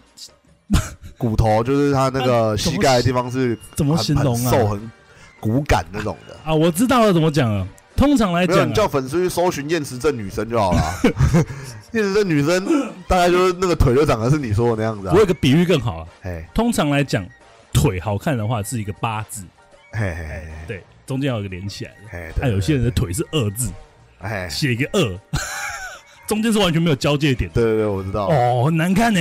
Speaker 2: 骨头就是他那个膝盖的地方是
Speaker 4: 啊怎么
Speaker 2: 很
Speaker 4: 形容
Speaker 2: 很
Speaker 4: 啊？
Speaker 2: 瘦很骨感那种的。
Speaker 4: 啊，我知道了，怎么讲了。通常来
Speaker 2: 没有，
Speaker 4: 讲、
Speaker 2: 你
Speaker 4: 啊，
Speaker 2: 叫粉丝去搜寻厌食症女生就 好了。厌食症女生大概就是那个腿就长得是你说的那样子
Speaker 4: 我
Speaker 2: 啊
Speaker 4: 有。一个比喻更好啊。
Speaker 2: 嘿
Speaker 4: 通常来讲，腿好看的话是一个八字，
Speaker 2: 嘿嘿嘿
Speaker 4: 对，中间要有一个连起来的。
Speaker 2: 嘿，
Speaker 4: 那、
Speaker 2: 哎对
Speaker 4: 有些人的腿是二字，
Speaker 2: 哎，
Speaker 4: 写一个二， 中间是完全没有交界点的。
Speaker 2: 对对对，我知道，
Speaker 4: 哦，很难看呢、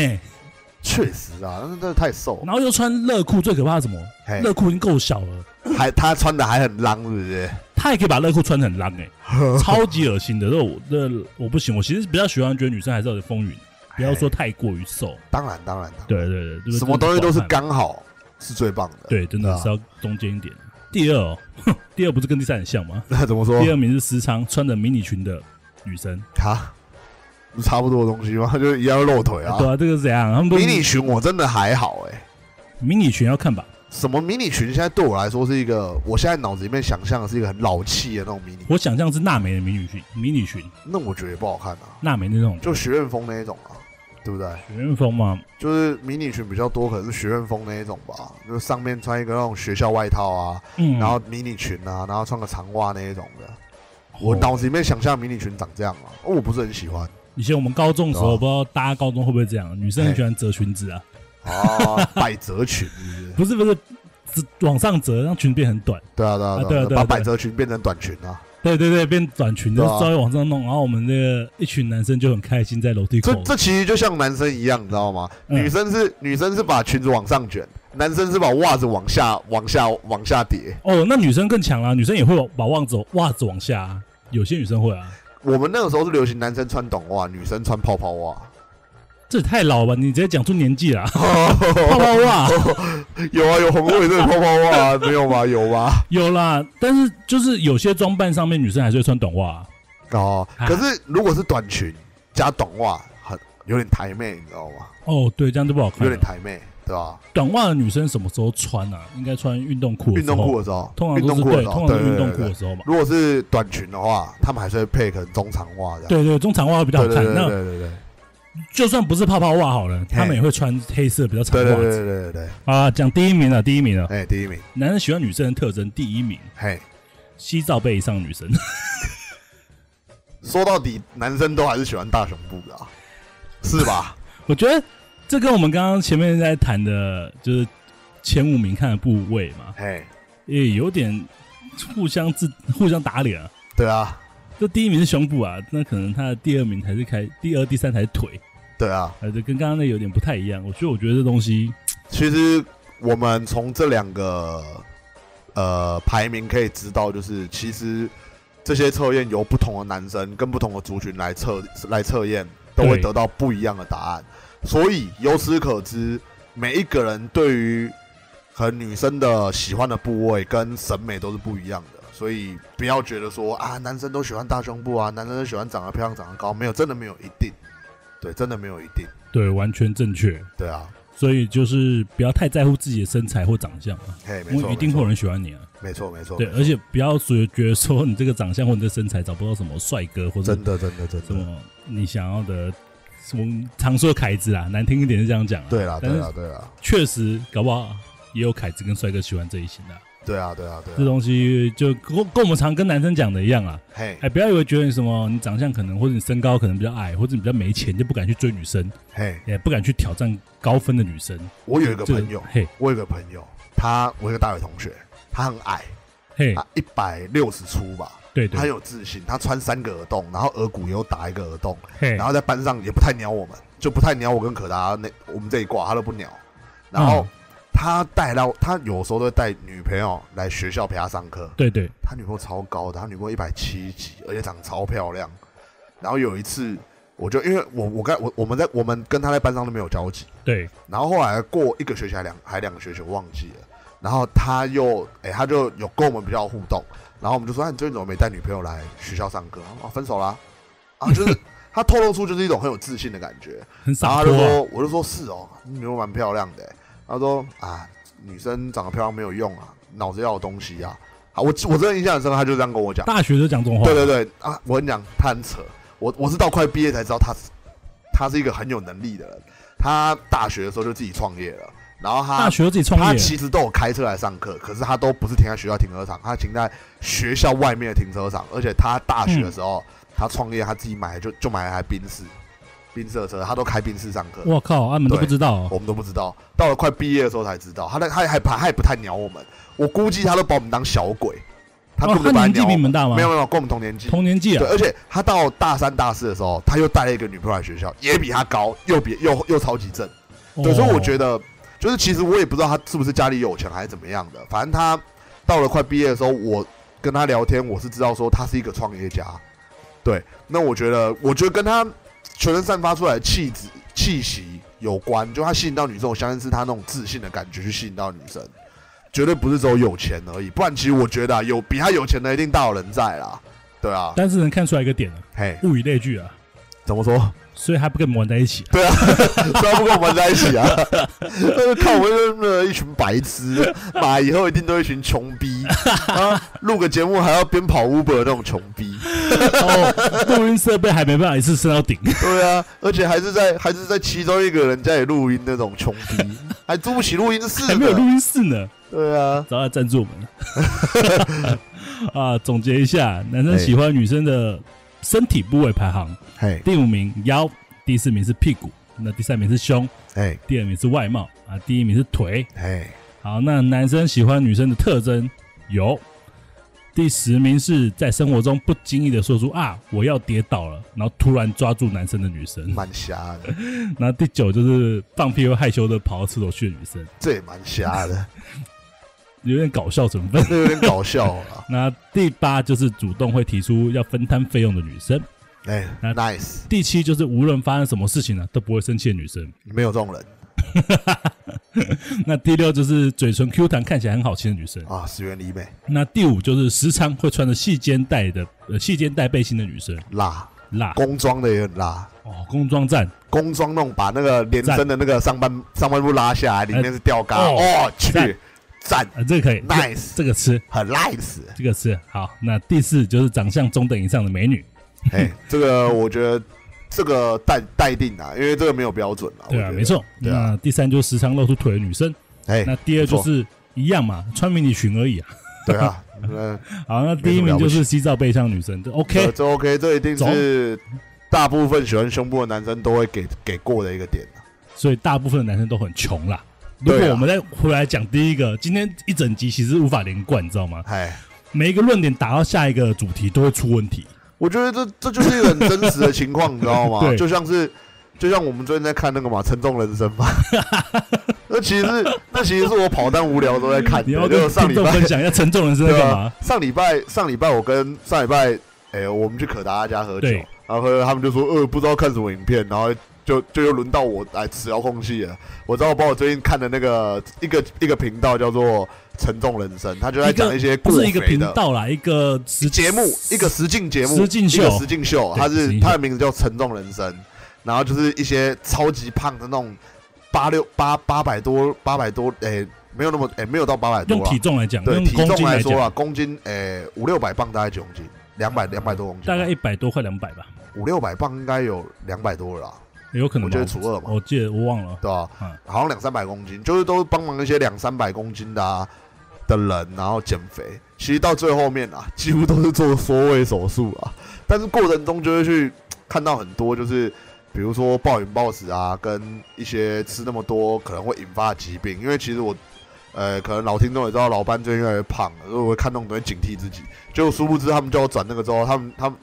Speaker 2: 确实啊，那真的太瘦了，
Speaker 4: 然后又穿热裤，最可怕的是什么？
Speaker 2: 嘿
Speaker 4: 热裤已经够小了，
Speaker 2: 还他穿的还很浪，是不是？
Speaker 4: 他也可以把热裤穿得很 浪哎、超级恶心的。那我那我不行，我其实比较喜欢觉得女生还是要有点风云，不要说太过于瘦。
Speaker 2: 当然当然当
Speaker 4: 对对对，
Speaker 2: 然，哎什么东西都是
Speaker 4: 干。
Speaker 2: 刚好是最棒的。
Speaker 4: 对，真的是
Speaker 2: 啊
Speaker 4: 要中间一点。第二、哦， 哼第二不是跟第三很像吗？
Speaker 2: 那怎么说
Speaker 4: 第？二名是时常穿着迷你裙的女生，
Speaker 2: 他不是差不多的东西吗？就是一样露腿啊
Speaker 4: 对。啊，这个是怎样？他们都
Speaker 2: 迷你裙我真的还好哎，
Speaker 4: 迷你裙要看吧。
Speaker 2: 什么迷你裙现在对我来说是一个，我现在脑子里面想象的是一个很老气的那种迷你，
Speaker 4: 我想象是娜美的迷你裙，迷你裙，
Speaker 2: 那我觉得也不好看啊，
Speaker 4: 娜美那种
Speaker 2: 就学院风那一种啊，对不对？
Speaker 4: 学院风嘛。
Speaker 2: 就是迷你裙比较多，可能是学院风那一种吧，就是上面穿一个那种学校外套啊，
Speaker 4: 嗯，
Speaker 2: 然后迷你裙啊，然后穿个长袜那一种的。我
Speaker 4: 到
Speaker 2: 脑子里面想象迷你裙长这样啊，哦我不是很喜欢。
Speaker 4: 以前我们高中的时
Speaker 2: 对
Speaker 4: 候，
Speaker 2: 啊
Speaker 4: 不知道大家高中会不会这样，女生很喜欢折裙子啊，哦
Speaker 2: 啊， 百褶裙是不是？
Speaker 4: 不是不是，是往上折，让裙变很短。
Speaker 2: 对啊，对啊
Speaker 4: 啊，对啊对啊
Speaker 2: 把
Speaker 4: 对啊
Speaker 2: 百褶裙变成短裙啊，
Speaker 4: 对对对，变短裙，就
Speaker 2: 对
Speaker 4: 是
Speaker 2: 啊
Speaker 4: 稍微往上弄，然后我们那个一群男生就很开心在楼梯口
Speaker 2: 这，这其实就像男生一样，你知道吗？
Speaker 4: 嗯
Speaker 2: 女生是女生是把裙子往上卷，男生是把袜子往下往下往下叠。
Speaker 4: 哦，那女生更强啦，女生也会把袜子袜子往下、啊，有些女生会啊，
Speaker 2: 我们那个时候是流行男生穿短袜，女生穿泡泡袜。
Speaker 4: 这也太老了吧，你啊直接讲出年纪啦，
Speaker 2: 哦
Speaker 4: 泡泡袜
Speaker 2: 有啊，有红卫队的泡泡袜啊，没有吗？有吧？
Speaker 4: 有啦，但是就是有些装扮上面女生还是会穿短袜、啊，
Speaker 2: 哦，
Speaker 4: 啊
Speaker 2: 可是如果是短裙加短袜，很有点台妹，你知道吗？
Speaker 4: 哦，对，这样就不好
Speaker 2: 有
Speaker 4: 看
Speaker 2: 点
Speaker 4: 了。
Speaker 2: 台妹，对吧？
Speaker 4: 短袜的女生什么时候穿啊？应该穿运动裤，哦
Speaker 2: 运动裤，的时候，
Speaker 4: 通
Speaker 2: 运
Speaker 4: 常都
Speaker 2: 动
Speaker 4: 是
Speaker 2: 裤的
Speaker 4: 对，
Speaker 2: 时
Speaker 4: 通
Speaker 2: 候，
Speaker 4: 常
Speaker 2: 对
Speaker 4: 是
Speaker 2: 对
Speaker 4: 运
Speaker 2: 对
Speaker 4: 动
Speaker 2: 对
Speaker 4: 裤的时候嘛。
Speaker 2: 如果是短裙的话，他们还是会配可能中长袜这样。
Speaker 4: 对对，中长袜会比较好
Speaker 2: 对
Speaker 4: 看
Speaker 2: 对。对
Speaker 4: 那
Speaker 2: 对对对
Speaker 4: 就算不是泡泡袜好了，他们也会穿黑色比较长
Speaker 2: 对
Speaker 4: 的
Speaker 2: 对
Speaker 4: 袜
Speaker 2: 对
Speaker 4: 子
Speaker 2: 对对对对，
Speaker 4: 啊。讲第一名了，第一名了，啊
Speaker 2: 哎，第一名，
Speaker 4: 男生喜欢女生的特征，第一名，
Speaker 2: 嘿，
Speaker 4: 西罩杯以上的女生。
Speaker 2: 说到底，男生都还是喜欢大胸部的啊，是吧？
Speaker 4: 我觉得这跟我们刚刚前面在谈的，就是前五名看的部位嘛，
Speaker 2: 嘿，
Speaker 4: 也有点互相自互相打脸啊。
Speaker 2: 对啊，
Speaker 4: 这第一名是胸部啊，那可能他的第二名才是开，第二、第三才是腿，
Speaker 2: 对啊。
Speaker 4: 呃，这跟刚刚那有点不太一样。我觉得，我觉得这东西，
Speaker 2: 其实我们从这两个呃排名可以知道，就是其实这些测验由不同的男生跟不同的族群来测来测验，都会
Speaker 4: 对
Speaker 2: 得到不一样的答案。所以由此可知，每一个人对于和女生的喜欢的部位跟审美都是不一样的。所以不要觉得说啊，男生都喜欢大胸部啊，男生都喜欢长得漂亮、长得高，没有，真的没有一定，对，真的没有一定，
Speaker 4: 对，完全正确。
Speaker 2: 对啊，
Speaker 4: 所以就是不要太在乎自己的身材或长相啊，
Speaker 2: 嘿，没
Speaker 4: 因
Speaker 2: 错，
Speaker 4: 为一定会有
Speaker 2: 没
Speaker 4: 人喜欢你啊。
Speaker 2: 错，没错，没错，
Speaker 4: 对，而且不要觉觉得说你这个长相或你这身材找不到什么帅哥或者
Speaker 2: 真的，真的，真
Speaker 4: 什
Speaker 2: 的。
Speaker 4: 么你想要的，什么常说凯子啊，难听一点是这样讲、啊。
Speaker 2: 对啦，对
Speaker 4: 但是
Speaker 2: 啦，对啦，
Speaker 4: 确实，搞不好也有凯子跟帅哥喜欢这一型的啊、
Speaker 2: 对啊，对啊，
Speaker 4: 这
Speaker 2: 对啊。
Speaker 4: 东西就跟跟我们常跟男生讲的一样啊。
Speaker 2: 嘿，
Speaker 4: 哎，不要以为觉得你什么，你长相可能或者你身高可能比较矮，或者你比较没钱，就不敢去追女生，
Speaker 2: 嘿，
Speaker 4: 也不敢去挑战高分的女生。
Speaker 2: 我有一个
Speaker 4: 这个
Speaker 2: 朋友，
Speaker 4: 嘿，
Speaker 2: 我有一个朋友，他我有一个大学同学，他很矮，
Speaker 4: 嘿，
Speaker 2: 他一百六十出吧，
Speaker 4: 对对
Speaker 2: 他，啊有自信，他穿三个耳洞，然后耳骨也有打一个耳洞，
Speaker 4: 嘿
Speaker 2: 然，后在班上也不太鸟我们，就不太鸟我跟可达那我们这一挂，他都不鸟。然后
Speaker 4: 嗯
Speaker 2: 他带到他有时候都会带女朋友来学校陪他上课，
Speaker 4: 对对，
Speaker 2: 他女朋友超高的，他女朋友一百七几，而且长得超漂亮。然后有一次，我就因为我我跟我我们在我们跟他在班上都没有交集，
Speaker 4: 对，
Speaker 2: 然后后来过一个学期还两还两个学期我忘记了，然后他又哎、他就有跟我们比较互动，然后我们就说，啊、你最近怎么没带女朋友来学校上课？啊，分手啦、啊，就是他透露出就是一种很有自信的感觉，
Speaker 4: 很
Speaker 2: 然后
Speaker 4: 洒
Speaker 2: 他就
Speaker 4: 脱啊，
Speaker 2: 说，我就说是哦，你女朋友蛮漂亮的欸、他说啊，女生长得漂亮没有用啊，脑子要有东西啊。啊，我我真的印象很深刻，他就这样跟我讲。
Speaker 4: 大学就讲这种话，
Speaker 2: 对对对啊，我跟你讲，他很扯。我我是到快毕业才知道他是他是一个很有能力的人。他大学的时候就自己创业了，然后
Speaker 4: 大
Speaker 2: 他
Speaker 4: 学就自己创
Speaker 2: 他
Speaker 4: 业，
Speaker 2: 其实都有开车来上课，可是他都不是停在学校停车场，他停在学校外面的停车场。而且他大学的时候，
Speaker 4: 嗯
Speaker 2: 他创业，他自己买就就买了台宾士，宾士的车，他都开宾士上课。
Speaker 4: 我靠，他们都不知道哦，
Speaker 2: 我们都不知道，到了快毕业的时候才知道，他那他还他还不太鸟我们，我估计他都把我们当小鬼，他根
Speaker 4: 哦
Speaker 2: 本
Speaker 4: 他
Speaker 2: 就不太
Speaker 4: 年纪
Speaker 2: 鸟
Speaker 4: 比
Speaker 2: 我们。
Speaker 4: 你们大吗？
Speaker 2: 没有没有，跟我们同年纪。
Speaker 4: 同年纪啊
Speaker 2: 对，，而且他到大三、大四的时候，他又带了一个女朋友来学校，也比他高，又比又又超级正。呃对，所以我觉
Speaker 4: 得
Speaker 2: 得，就是其实我也不知道他是不是家里有钱还是怎么样的，反正他到了快毕业的时候，我跟他聊天，我是知道说他是一个创业家。对，那我觉得，我觉得跟他全身散发出来的气质气息有关，就他吸引到女生，我相信是他那种自信的感觉去吸引到女生，绝对不是只有有钱而已。不然，其实我觉得、啊、有比他有钱的一定大有人在啦。对啊，
Speaker 4: 但是能看出来一个点啊，
Speaker 2: 嘿，
Speaker 4: 物以类聚啊，
Speaker 2: 怎么说？
Speaker 4: 所以还不跟我们玩在一起啊，
Speaker 2: 对啊， 虽然不跟我们在一起啊， 但是看我们那一群白痴，妈以后一定都一群穷逼啊！录个节目还要边跑 Uber 那种穷逼，
Speaker 4: 哦，录音设备还没办法一次升 到顶，
Speaker 2: 对啊，而且还是在还是在其中一个人家里录音那种穷逼，还租不起录音室
Speaker 4: 还没有录
Speaker 2: 呢，
Speaker 4: 音室呢，
Speaker 2: 对啊，
Speaker 4: 找他赞助我们。 啊，总结一下，男生
Speaker 2: 哎
Speaker 4: 喜欢女生的身体部位排行，
Speaker 2: 嘿，
Speaker 4: 第五名腰，第四名是屁股，那第三名是胸，
Speaker 2: 嘿，
Speaker 4: 第二名是外貌啊，第一名是腿。
Speaker 2: 嘿，
Speaker 4: 好，那男生喜欢女生的特征有，第十名是在生活中不经意的说出啊我要跌倒了，然后突然抓住男生的女生。
Speaker 2: 蛮瞎的，
Speaker 4: 然后第九就是放屁又害羞的跑到厕所去的女生，
Speaker 2: 这也蛮瞎的，
Speaker 4: 有点搞笑成分。
Speaker 2: 这有点搞笑 啊，
Speaker 4: 那第八就是主动会提出要分摊费用的女生。
Speaker 2: 哎，nice，
Speaker 4: 第七就是无论发生什么事情呢、都不会生气的女生。
Speaker 2: 没有这种人
Speaker 4: 那第六就是嘴唇 Q 弹看起来很好亲的女生。
Speaker 2: 啊，石原里美
Speaker 4: 那第五就是时常会穿着细肩带的呃细肩带背心的女生。
Speaker 2: 辣，
Speaker 4: 辣
Speaker 2: 工装的也很辣。
Speaker 4: 哦，工装站
Speaker 2: 工装弄把那个连身的那个上半上半部拉下来，里面是吊嘎，
Speaker 4: 哎
Speaker 2: 哦，
Speaker 4: 赞
Speaker 2: 去赞
Speaker 4: 啊、呃这个可以
Speaker 2: Nice
Speaker 4: 这个这个吃，
Speaker 2: 很 nice，
Speaker 4: 这个吃好。那第四就是长相中等以上的美女。
Speaker 2: 哎，这个我觉得这个待待定啊，因为这个没有标准啊，
Speaker 4: 对
Speaker 2: 我
Speaker 4: 啊，
Speaker 2: 觉得
Speaker 4: 没，错。
Speaker 2: 对啊
Speaker 4: 那第三就是时常露出腿的女生。
Speaker 2: 哎，
Speaker 4: 那第二就
Speaker 2: 不错
Speaker 4: 是一样嘛，穿迷你裙而已啊。
Speaker 2: 对啊， 嗯，
Speaker 4: 好，那第一名就是洗澡背上女生，这 OK
Speaker 2: 这。这 OK，这一定
Speaker 4: 走
Speaker 2: 是大部分喜欢胸部的男生都会给给过的一个点啊
Speaker 4: 所以大部分的男生都很穷啦。如
Speaker 2: 对
Speaker 4: 果
Speaker 2: 啊
Speaker 4: 我们再回来讲第一个，今天一整集其实无法连贯，你知道吗？
Speaker 2: 哎，
Speaker 4: 每一个论点打到下一个主题都会出问题。
Speaker 2: 我觉得这这就是一个很真实的情 况，你知道吗？
Speaker 4: 对
Speaker 2: 就像是就像我们最近在看那个嘛《沉重人生》 嘛，那其实是那其实是我跑单无聊都在看
Speaker 4: 你要
Speaker 2: 的，
Speaker 4: 跟
Speaker 2: 就上
Speaker 4: 听
Speaker 2: 礼
Speaker 4: 众
Speaker 2: 拜
Speaker 4: 分享一下沉重人生在
Speaker 2: 对
Speaker 4: 干
Speaker 2: 啊
Speaker 4: 嘛？，
Speaker 2: 上礼拜上礼拜我跟上礼拜哎、我们去可达家喝酒
Speaker 4: 对，
Speaker 2: 然后喝他们就说呃不知道看什么影片，然后。就就又轮到我来吃遥控器了。我知道，我把我最近看的那个一个一个频道叫做《沉重人生》，啊他就在
Speaker 4: 一个
Speaker 2: 讲一些
Speaker 4: 不
Speaker 2: 过
Speaker 4: 是一个
Speaker 2: 肥
Speaker 4: 频
Speaker 2: 的
Speaker 4: 道啦，一个实
Speaker 2: 节目，一个实境节目，
Speaker 4: 实境秀
Speaker 2: 一个实境秀，
Speaker 4: 对
Speaker 2: 它
Speaker 4: 实境
Speaker 2: 是
Speaker 4: 秀
Speaker 2: 它的名字叫《沉重人生》，然后就是一些超级胖的那种八六八八百多八百多，诶、没有那么诶、没有到八百多
Speaker 4: 用
Speaker 2: 啦
Speaker 4: 体，重来讲，
Speaker 2: 啊对
Speaker 4: 用
Speaker 2: 体
Speaker 4: 公
Speaker 2: 重
Speaker 4: 斤
Speaker 2: 来说啊
Speaker 4: 讲，
Speaker 2: 啦，公斤诶五六百磅大概几公斤，两百两百多公斤吧，
Speaker 4: 大概一百多快两百吧，
Speaker 2: 五六百磅应该有两百多了啦，
Speaker 4: 有可能
Speaker 2: 我觉
Speaker 4: 吧
Speaker 2: 得。除二嘛，
Speaker 4: 我记得我忘了，
Speaker 2: 对吧、
Speaker 4: 嗯
Speaker 2: 好像两三百公斤，就是都帮忙一些两三百公斤的、啊、的人，然后减肥。其实到最后面啊，几乎都是做缩胃手术啊，但是过程中就会去看到很多，就是比如说暴饮暴食啊，跟一些吃那么多可能会引发的疾病。因为其实我呃，可能老听众也知道，老班最近越来越胖了，所以我会看那种东西警惕自己。就殊不知他们叫我转那个之后，他们他们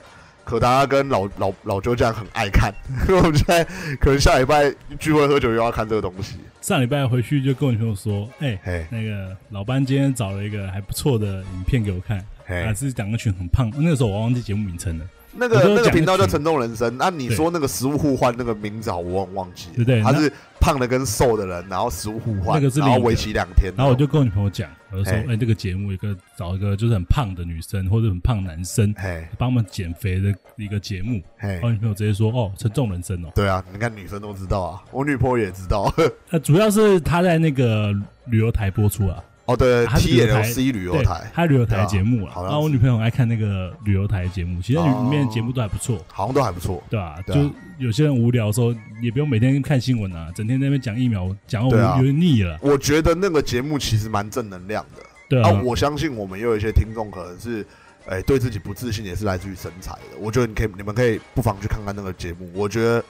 Speaker 2: 可达跟老老老周这样很爱看， 所以我们现在可能下礼拜聚会喝酒又要看这个东西。
Speaker 4: 上礼拜回去就跟我女朋友说，哎、
Speaker 2: 嘿，
Speaker 4: 那个老班今天找了一个还不错的影片给我看，
Speaker 2: 嘿，
Speaker 4: 啊，是讲那群很胖，那个时候我忘记节目名称了，
Speaker 2: 那
Speaker 4: 我
Speaker 2: 个
Speaker 4: 就
Speaker 2: 那个
Speaker 4: 讲
Speaker 2: 频道
Speaker 4: 一句
Speaker 2: 叫《沉重人生》，那、你
Speaker 4: 对
Speaker 2: 说那个食物互换那个名字好，我忘忘记了，
Speaker 4: 对不对
Speaker 2: 他
Speaker 4: 那
Speaker 2: 是胖的跟瘦的人，然后食物互换，
Speaker 4: 那个是
Speaker 2: 然后
Speaker 4: 另一个
Speaker 2: 为期两天，
Speaker 4: 然后我就跟我女朋友讲，我就说，
Speaker 2: 嘿
Speaker 4: 哎、这个节目有一个找一个就是很胖的女生或者很胖男生
Speaker 2: 嘿
Speaker 4: 帮我们减肥的一个节目，
Speaker 2: 嘿
Speaker 4: 然后，我女朋友直接说，哦，沉重人生哦，
Speaker 2: 对啊，你看女生都知道啊，我女朋友也知道。啊
Speaker 4: 呃，主要是他在那个旅游台播出啊，
Speaker 2: 哦，对
Speaker 4: 它是旅游台
Speaker 2: ，TLC 旅游
Speaker 4: 对
Speaker 2: 台，
Speaker 4: 他旅游台节目
Speaker 2: 对
Speaker 4: 了
Speaker 2: 啊、好像
Speaker 4: 然后我
Speaker 2: 是
Speaker 4: 女朋友很爱看那个旅游台节目，其实
Speaker 2: 哦
Speaker 4: 里面节目都还不错，
Speaker 2: 好像都还不错。
Speaker 4: 对吧、
Speaker 2: 对啊
Speaker 4: 就有些人无聊的时候，也不用每天看新闻啊，整天在那边讲疫苗，讲到
Speaker 2: 对啊
Speaker 4: 我有点腻了，
Speaker 2: 我觉得那个节目其实蛮正能量的
Speaker 4: 对
Speaker 2: 啊
Speaker 4: 啊，
Speaker 2: 我相信我们也有一些听众可能是。哎、对自己不自信也是来自于身材的。我觉得你可以，你们可以不妨去看看那个节目。我觉得，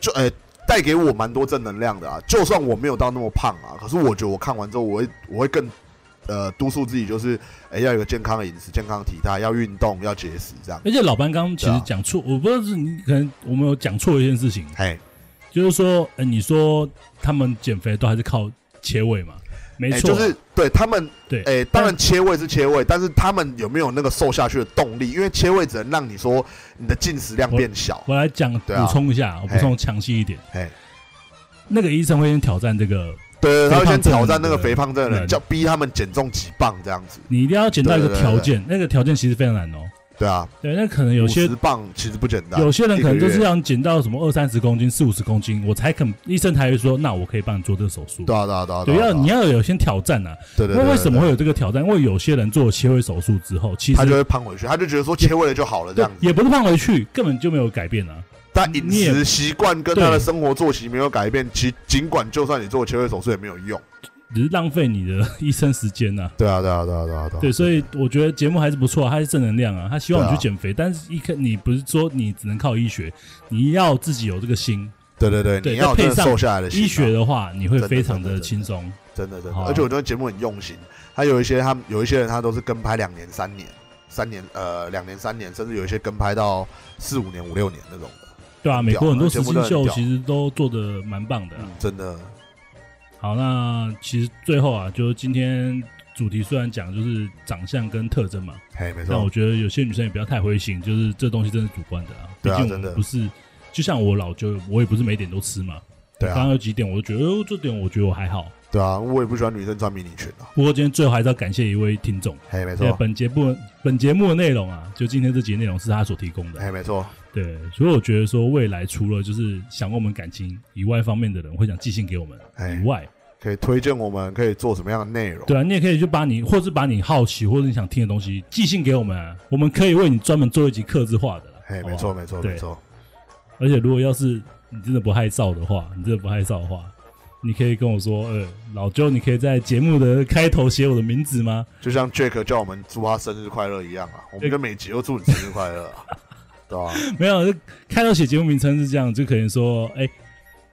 Speaker 2: 就哎，带、给我蛮多正能量的啊。就算我没有到那么胖啊，可是我觉得我看完之后，我会我会更呃督促自己，就是哎、要有一个健康的饮食、健康的体态，要运动，要节食这样。
Speaker 4: 而且老班刚刚其
Speaker 2: 对
Speaker 4: 实
Speaker 2: 啊
Speaker 4: 讲错，我不知道是你可能我们有讲错一件事情，
Speaker 2: 嘿，
Speaker 4: 就是说，呃，你说他们减肥都还是靠切胃嘛？没
Speaker 2: 哎、
Speaker 4: 错
Speaker 2: 就
Speaker 4: 啊、
Speaker 2: 是对他们
Speaker 4: 对，
Speaker 2: 哎、当然切胃是切胃，但是他们有没有那个瘦下去的动力？因为切胃只能让你说你的进食量变小。
Speaker 4: 我来讲
Speaker 2: 对啊哎
Speaker 4: 补充一下，我补充详细一点。
Speaker 2: 嘿，
Speaker 4: 那个医生会先挑战这个，
Speaker 2: 对，
Speaker 4: 肥
Speaker 2: 他会先
Speaker 4: 胖症
Speaker 2: 挑战那个
Speaker 4: 的
Speaker 2: 肥胖症的人，
Speaker 4: 人
Speaker 2: 叫逼他们减重几磅这样子。
Speaker 4: 你一定要减到一
Speaker 2: 对
Speaker 4: 个
Speaker 2: 对对
Speaker 4: 条件，那个条件其实非常难哦。
Speaker 2: 对啊，
Speaker 4: 对，那可能有
Speaker 2: 五
Speaker 4: 些
Speaker 2: 十磅其实不简单。
Speaker 4: 有些人可能就
Speaker 2: 一
Speaker 4: 是
Speaker 2: 个月
Speaker 4: 要减到什么二三十公斤、四五十公斤，我才肯医生才会说，那我可以帮你做这个手术。
Speaker 2: 对啊对啊对啊，
Speaker 4: 对，
Speaker 2: 啊
Speaker 4: 要
Speaker 2: 啊
Speaker 4: 你要有些挑战啊。
Speaker 2: 对对对，
Speaker 4: 那为什
Speaker 2: 对
Speaker 4: 么会有这个挑战？因为有些人做切胃手术之后，其
Speaker 2: 他就
Speaker 4: 实
Speaker 2: 会胖回去？他就觉得说切胃了就好了这
Speaker 4: 对
Speaker 2: 样子，
Speaker 4: 也不是胖回去，根本就没有改变啊。
Speaker 2: 但饮
Speaker 4: 你
Speaker 2: 食
Speaker 4: 也
Speaker 2: 习惯跟他的
Speaker 4: 对
Speaker 2: 生活作息没有改变，其尽管就算你做切胃手术也没有用。
Speaker 4: 只是浪费你的 一生时间呐、啊。
Speaker 2: 对啊对啊对啊对啊对啊
Speaker 4: 对，所以我觉得节目还是不错，它是正能量啊。他希望你
Speaker 2: 对啊
Speaker 4: 去减肥，但是一个你不是说你只能靠医学，你要自己有这个心。
Speaker 2: 对对对，
Speaker 4: 对
Speaker 2: 你要有
Speaker 4: 再
Speaker 2: 这个
Speaker 4: 配上
Speaker 2: 瘦下来的心
Speaker 4: 医
Speaker 2: 啊
Speaker 4: 学的话，你会
Speaker 2: 真的
Speaker 4: 非常
Speaker 2: 真的
Speaker 4: 的轻松。
Speaker 2: 真的真的，
Speaker 4: 好啊
Speaker 2: 而且我觉得节目很用心，他有一些他们有一些人他都是跟拍两年三年，三年呃两年三年，甚至有一些跟拍到四五年五六年那种的，
Speaker 4: 对啊，美国很多
Speaker 2: 节
Speaker 4: 实
Speaker 2: 目真的
Speaker 4: 境
Speaker 2: 很
Speaker 4: 秀
Speaker 2: 屌嗯
Speaker 4: 其实都做的蛮棒的啊、
Speaker 2: 真的
Speaker 4: 好，那其实最后啊，就是今天主题虽然讲就是长相跟特征嘛，
Speaker 2: 嘿没
Speaker 4: 但我
Speaker 2: 错，
Speaker 4: 觉得有些女生也不要太灰心，就是这东西真的是主观的啊。
Speaker 2: 对啊
Speaker 4: 毕竟我
Speaker 2: 真的
Speaker 4: 们不是，就像我老舅，我也不是每点都吃嘛。
Speaker 2: 对
Speaker 4: 刚
Speaker 2: 啊
Speaker 4: 刚有几点，我就觉得，哦，这点我觉得我还好。
Speaker 2: 对啊，我也不喜欢女生穿迷你裙啊，
Speaker 4: 不过今天最后还是要感谢一位听众，
Speaker 2: 嘿没
Speaker 4: 因为
Speaker 2: 错，
Speaker 4: 本节目本节目的内容啊，就今天这集内容是他所提供的。
Speaker 2: 嘿没错，
Speaker 4: 对，所以我觉得说，未来除了就是想问我们感情以外方面的人会想寄信给我们
Speaker 2: 哎哦
Speaker 4: 以外，
Speaker 2: 可以推荐我们可以做什么样的内容？
Speaker 4: 对啊，你也可以就把你或是把你好奇或者你想听的东西寄信给我们、啊，我们可以为你专门做一集客制化的啦。
Speaker 2: 嘿
Speaker 4: 好不
Speaker 2: 哎没
Speaker 4: 好
Speaker 2: 错没错
Speaker 4: 哦对
Speaker 2: 没错，
Speaker 4: 而且如果要是你真的不害臊的话，你真的不害臊的话，你可以跟我说，呃，老舅，你可以在节目的开头写我的名字吗？
Speaker 2: 就像 Jack 叫我们祝他生日快乐一样啊，我们
Speaker 4: 对
Speaker 2: 就每集都祝你生日快乐 啊，对啊，
Speaker 4: 没有，就开头写节目名称是这样，就可能说，哎、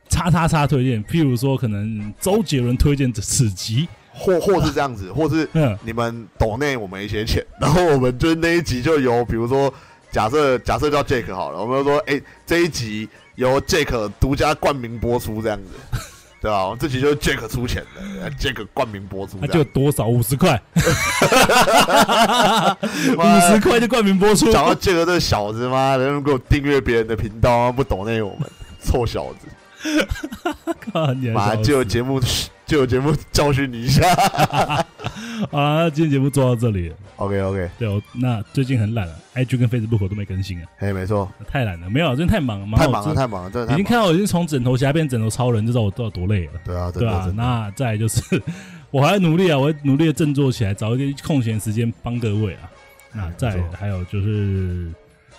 Speaker 4: 叉叉叉推荐，譬如说可能周杰伦推荐此集，
Speaker 2: 或或是这样子，或是啊
Speaker 4: 嗯，
Speaker 2: 你们抖内我们一些钱，然后我们就是那一集就由，比如说假设假设叫 Jake 好了，我们就说，哎、这一集由 Jake 独家冠名播出这样子，对吧？我们这集就是 Jake 出钱的，Jake 冠名播出
Speaker 4: 那
Speaker 2: 这
Speaker 4: 就
Speaker 2: 样。
Speaker 4: 多少五 十块，
Speaker 2: 妈
Speaker 4: 五十块就冠名播出。
Speaker 2: 讲到 Jake 这小子妈的，人给我订阅别人的频道，然后不抖内我们， 臭小 子，
Speaker 4: 靠 你还
Speaker 2: 妈
Speaker 4: 笑
Speaker 2: 就有
Speaker 4: 死
Speaker 2: 节目就有节目 教训你一 下。
Speaker 4: 好啦，啊那今天节目做到这里了。
Speaker 2: OK OK，
Speaker 4: 对哦，那最近很懒了、i g 跟 Facebook 我都没更新啊，
Speaker 2: 哎，没错，
Speaker 4: 太懒了，没有，真的太忙了，
Speaker 2: 太忙
Speaker 4: 真
Speaker 2: 了，
Speaker 4: 的
Speaker 2: 太忙了，真的太
Speaker 4: 已
Speaker 2: 忙
Speaker 4: 经
Speaker 2: 了。
Speaker 4: 看到我已经从枕头侠变枕头超人，就知道我到底有多累了，
Speaker 2: 对啊，真
Speaker 4: 对
Speaker 2: 的，
Speaker 4: 啊，
Speaker 2: 真的
Speaker 4: 那再来就是 我还要努力啊，我要努力的振作起来，找一点空闲时间帮各位啊。那
Speaker 2: 哎
Speaker 4: 再
Speaker 2: 没错
Speaker 4: 还有就是，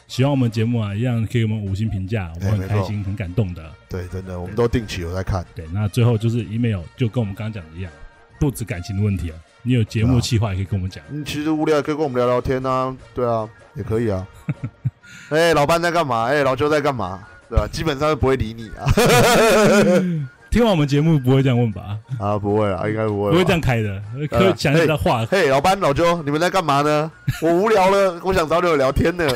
Speaker 4: 喜欢我们节目啊，一样可以给我们五星评价，我们
Speaker 2: 哎没
Speaker 4: 很
Speaker 2: 错
Speaker 4: 开心、很感动的。
Speaker 2: 对，真的，我们都定期有在看。
Speaker 4: 对，那最后就是 email，就跟我们刚刚讲的一样，不止感情的问题啊，你有节
Speaker 2: 对
Speaker 4: 目
Speaker 2: 啊
Speaker 4: 计划也可以跟我们讲。
Speaker 2: 嗯，其实无聊也可以跟我们聊聊天啊，对啊，也可以啊。 哎、老班在干嘛？哎、老周在干嘛？对吧、基本上是不会理你啊。
Speaker 4: 听完我们节目不会这样问吧？
Speaker 2: 啊，不会啊啦，应该不会，
Speaker 4: 不会这样。开的，可以想一
Speaker 2: 哎
Speaker 4: 下话，
Speaker 2: 嘿，老班老周，你们在干嘛呢？我无聊了， 我想找你们聊天呢。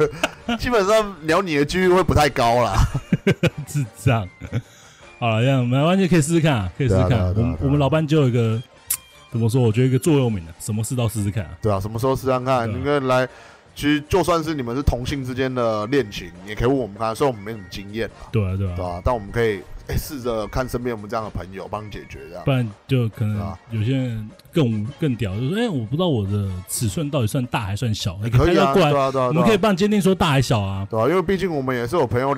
Speaker 2: 基本上聊你的几率会不太高啦。
Speaker 4: 智障。 好了，这样没关系，可以试试看啊，可以试试
Speaker 2: 对
Speaker 4: 看
Speaker 2: 啊对啊。
Speaker 4: 啊我
Speaker 2: 对啊对
Speaker 4: 们
Speaker 2: 啊
Speaker 4: 我们老班就有一个怎么说？我觉得一个座右铭的，什么事都试试看啊。
Speaker 2: 对啊，什么时候试看看？
Speaker 4: 对啊
Speaker 2: 你可以来，其实就算是你们是同性之间的恋情，也可以问我们看，虽然我们没什么经验啦，
Speaker 4: 对啊，对啊
Speaker 2: 对，吧、但我们可以哎试着看身边有没有这样的朋友帮你解决这样
Speaker 4: 不。然就可
Speaker 2: 对
Speaker 4: 能
Speaker 2: 啊
Speaker 4: 有些人更更屌，就是哎，我不知道我的尺寸到底算大还算小，你哎
Speaker 2: 可以啊，
Speaker 4: 拍照过
Speaker 2: 对
Speaker 4: 来，
Speaker 2: 啊，对啊，对
Speaker 4: 我们
Speaker 2: 啊
Speaker 4: 可以帮你鉴定说大还小啊。
Speaker 2: 对啊，因为毕竟我们也是有朋友，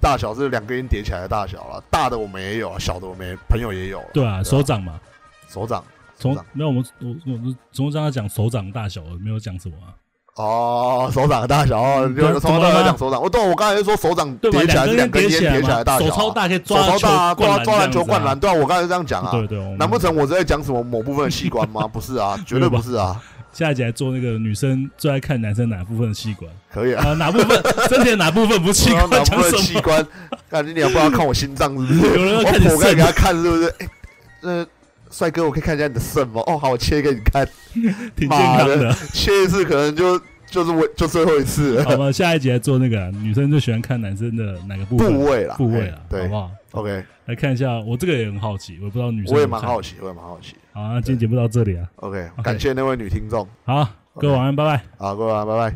Speaker 2: 大小是两根烟叠起来的大小了，大的我们也有啊，小的我们也朋友也有啊，
Speaker 4: 对啊，手掌嘛，
Speaker 2: 手掌
Speaker 4: 从
Speaker 2: 手掌
Speaker 4: 没有我们我我我从刚刚讲手掌大小，我没有讲什么啊。
Speaker 2: 哦，手掌的大小哦，
Speaker 4: 对啊
Speaker 2: 有从头
Speaker 4: 怎么
Speaker 2: 到
Speaker 4: 了
Speaker 2: 尾
Speaker 4: 吗
Speaker 2: 讲手掌，我哦懂，我刚才就说手掌
Speaker 4: 对吧？
Speaker 2: 叠起来是
Speaker 4: 根
Speaker 2: 两根
Speaker 4: 叠
Speaker 2: 烟
Speaker 4: 起
Speaker 2: 叠起来
Speaker 4: 嘛
Speaker 2: 的大小
Speaker 4: 手
Speaker 2: 啊，
Speaker 4: 超大可以
Speaker 2: 手
Speaker 4: 抓
Speaker 2: 超
Speaker 4: 球
Speaker 2: 大啊，
Speaker 4: 灌
Speaker 2: 抓抓篮球
Speaker 4: 这样
Speaker 2: 灌
Speaker 4: 子啊
Speaker 2: 篮，对啊，我刚才这样讲啊，
Speaker 4: 对对，我们
Speaker 2: 难不成我是在讲什么某部分的器官吗？不是 啊，绝对不是啊，
Speaker 4: 下一集来做那个女生最爱看男生哪部分的器官？
Speaker 2: 可以啊，
Speaker 4: 啊，哪部分身体的哪部分不是器
Speaker 2: 哪
Speaker 4: 官？
Speaker 2: 部
Speaker 4: 讲
Speaker 2: 分
Speaker 4: 什
Speaker 2: 器
Speaker 4: 么？
Speaker 2: 官？看你要不要看我心脏是不是？
Speaker 4: 有人要
Speaker 2: 我
Speaker 4: 看你
Speaker 2: 剖开
Speaker 4: 肾
Speaker 2: 给他看是不是？哎，那帅哥，我可以看一下你的肾吗？哦，好，我切给你看，
Speaker 4: 挺健康
Speaker 2: 妈
Speaker 4: 的。
Speaker 2: 切一次可能就就是我就最后一次 了
Speaker 4: 好吧，下一集来做那个啊女生最喜欢看男生的哪个部分
Speaker 2: 部位啦，
Speaker 4: 部位
Speaker 2: 哎
Speaker 4: 啊，好
Speaker 2: 对
Speaker 4: 不好？
Speaker 2: ，OK，
Speaker 4: 来看一下，我这个也很好奇，我也不知道女生
Speaker 2: 我也
Speaker 4: 怎么
Speaker 2: 蛮
Speaker 4: 看
Speaker 2: 好。奇，我也蛮好奇。
Speaker 4: 好，那今天节目到这里啊，
Speaker 2: OK，
Speaker 4: OK
Speaker 2: 感谢那位女听众
Speaker 4: 好，各位晚安，拜拜。
Speaker 2: 啊，各位晚安拜拜。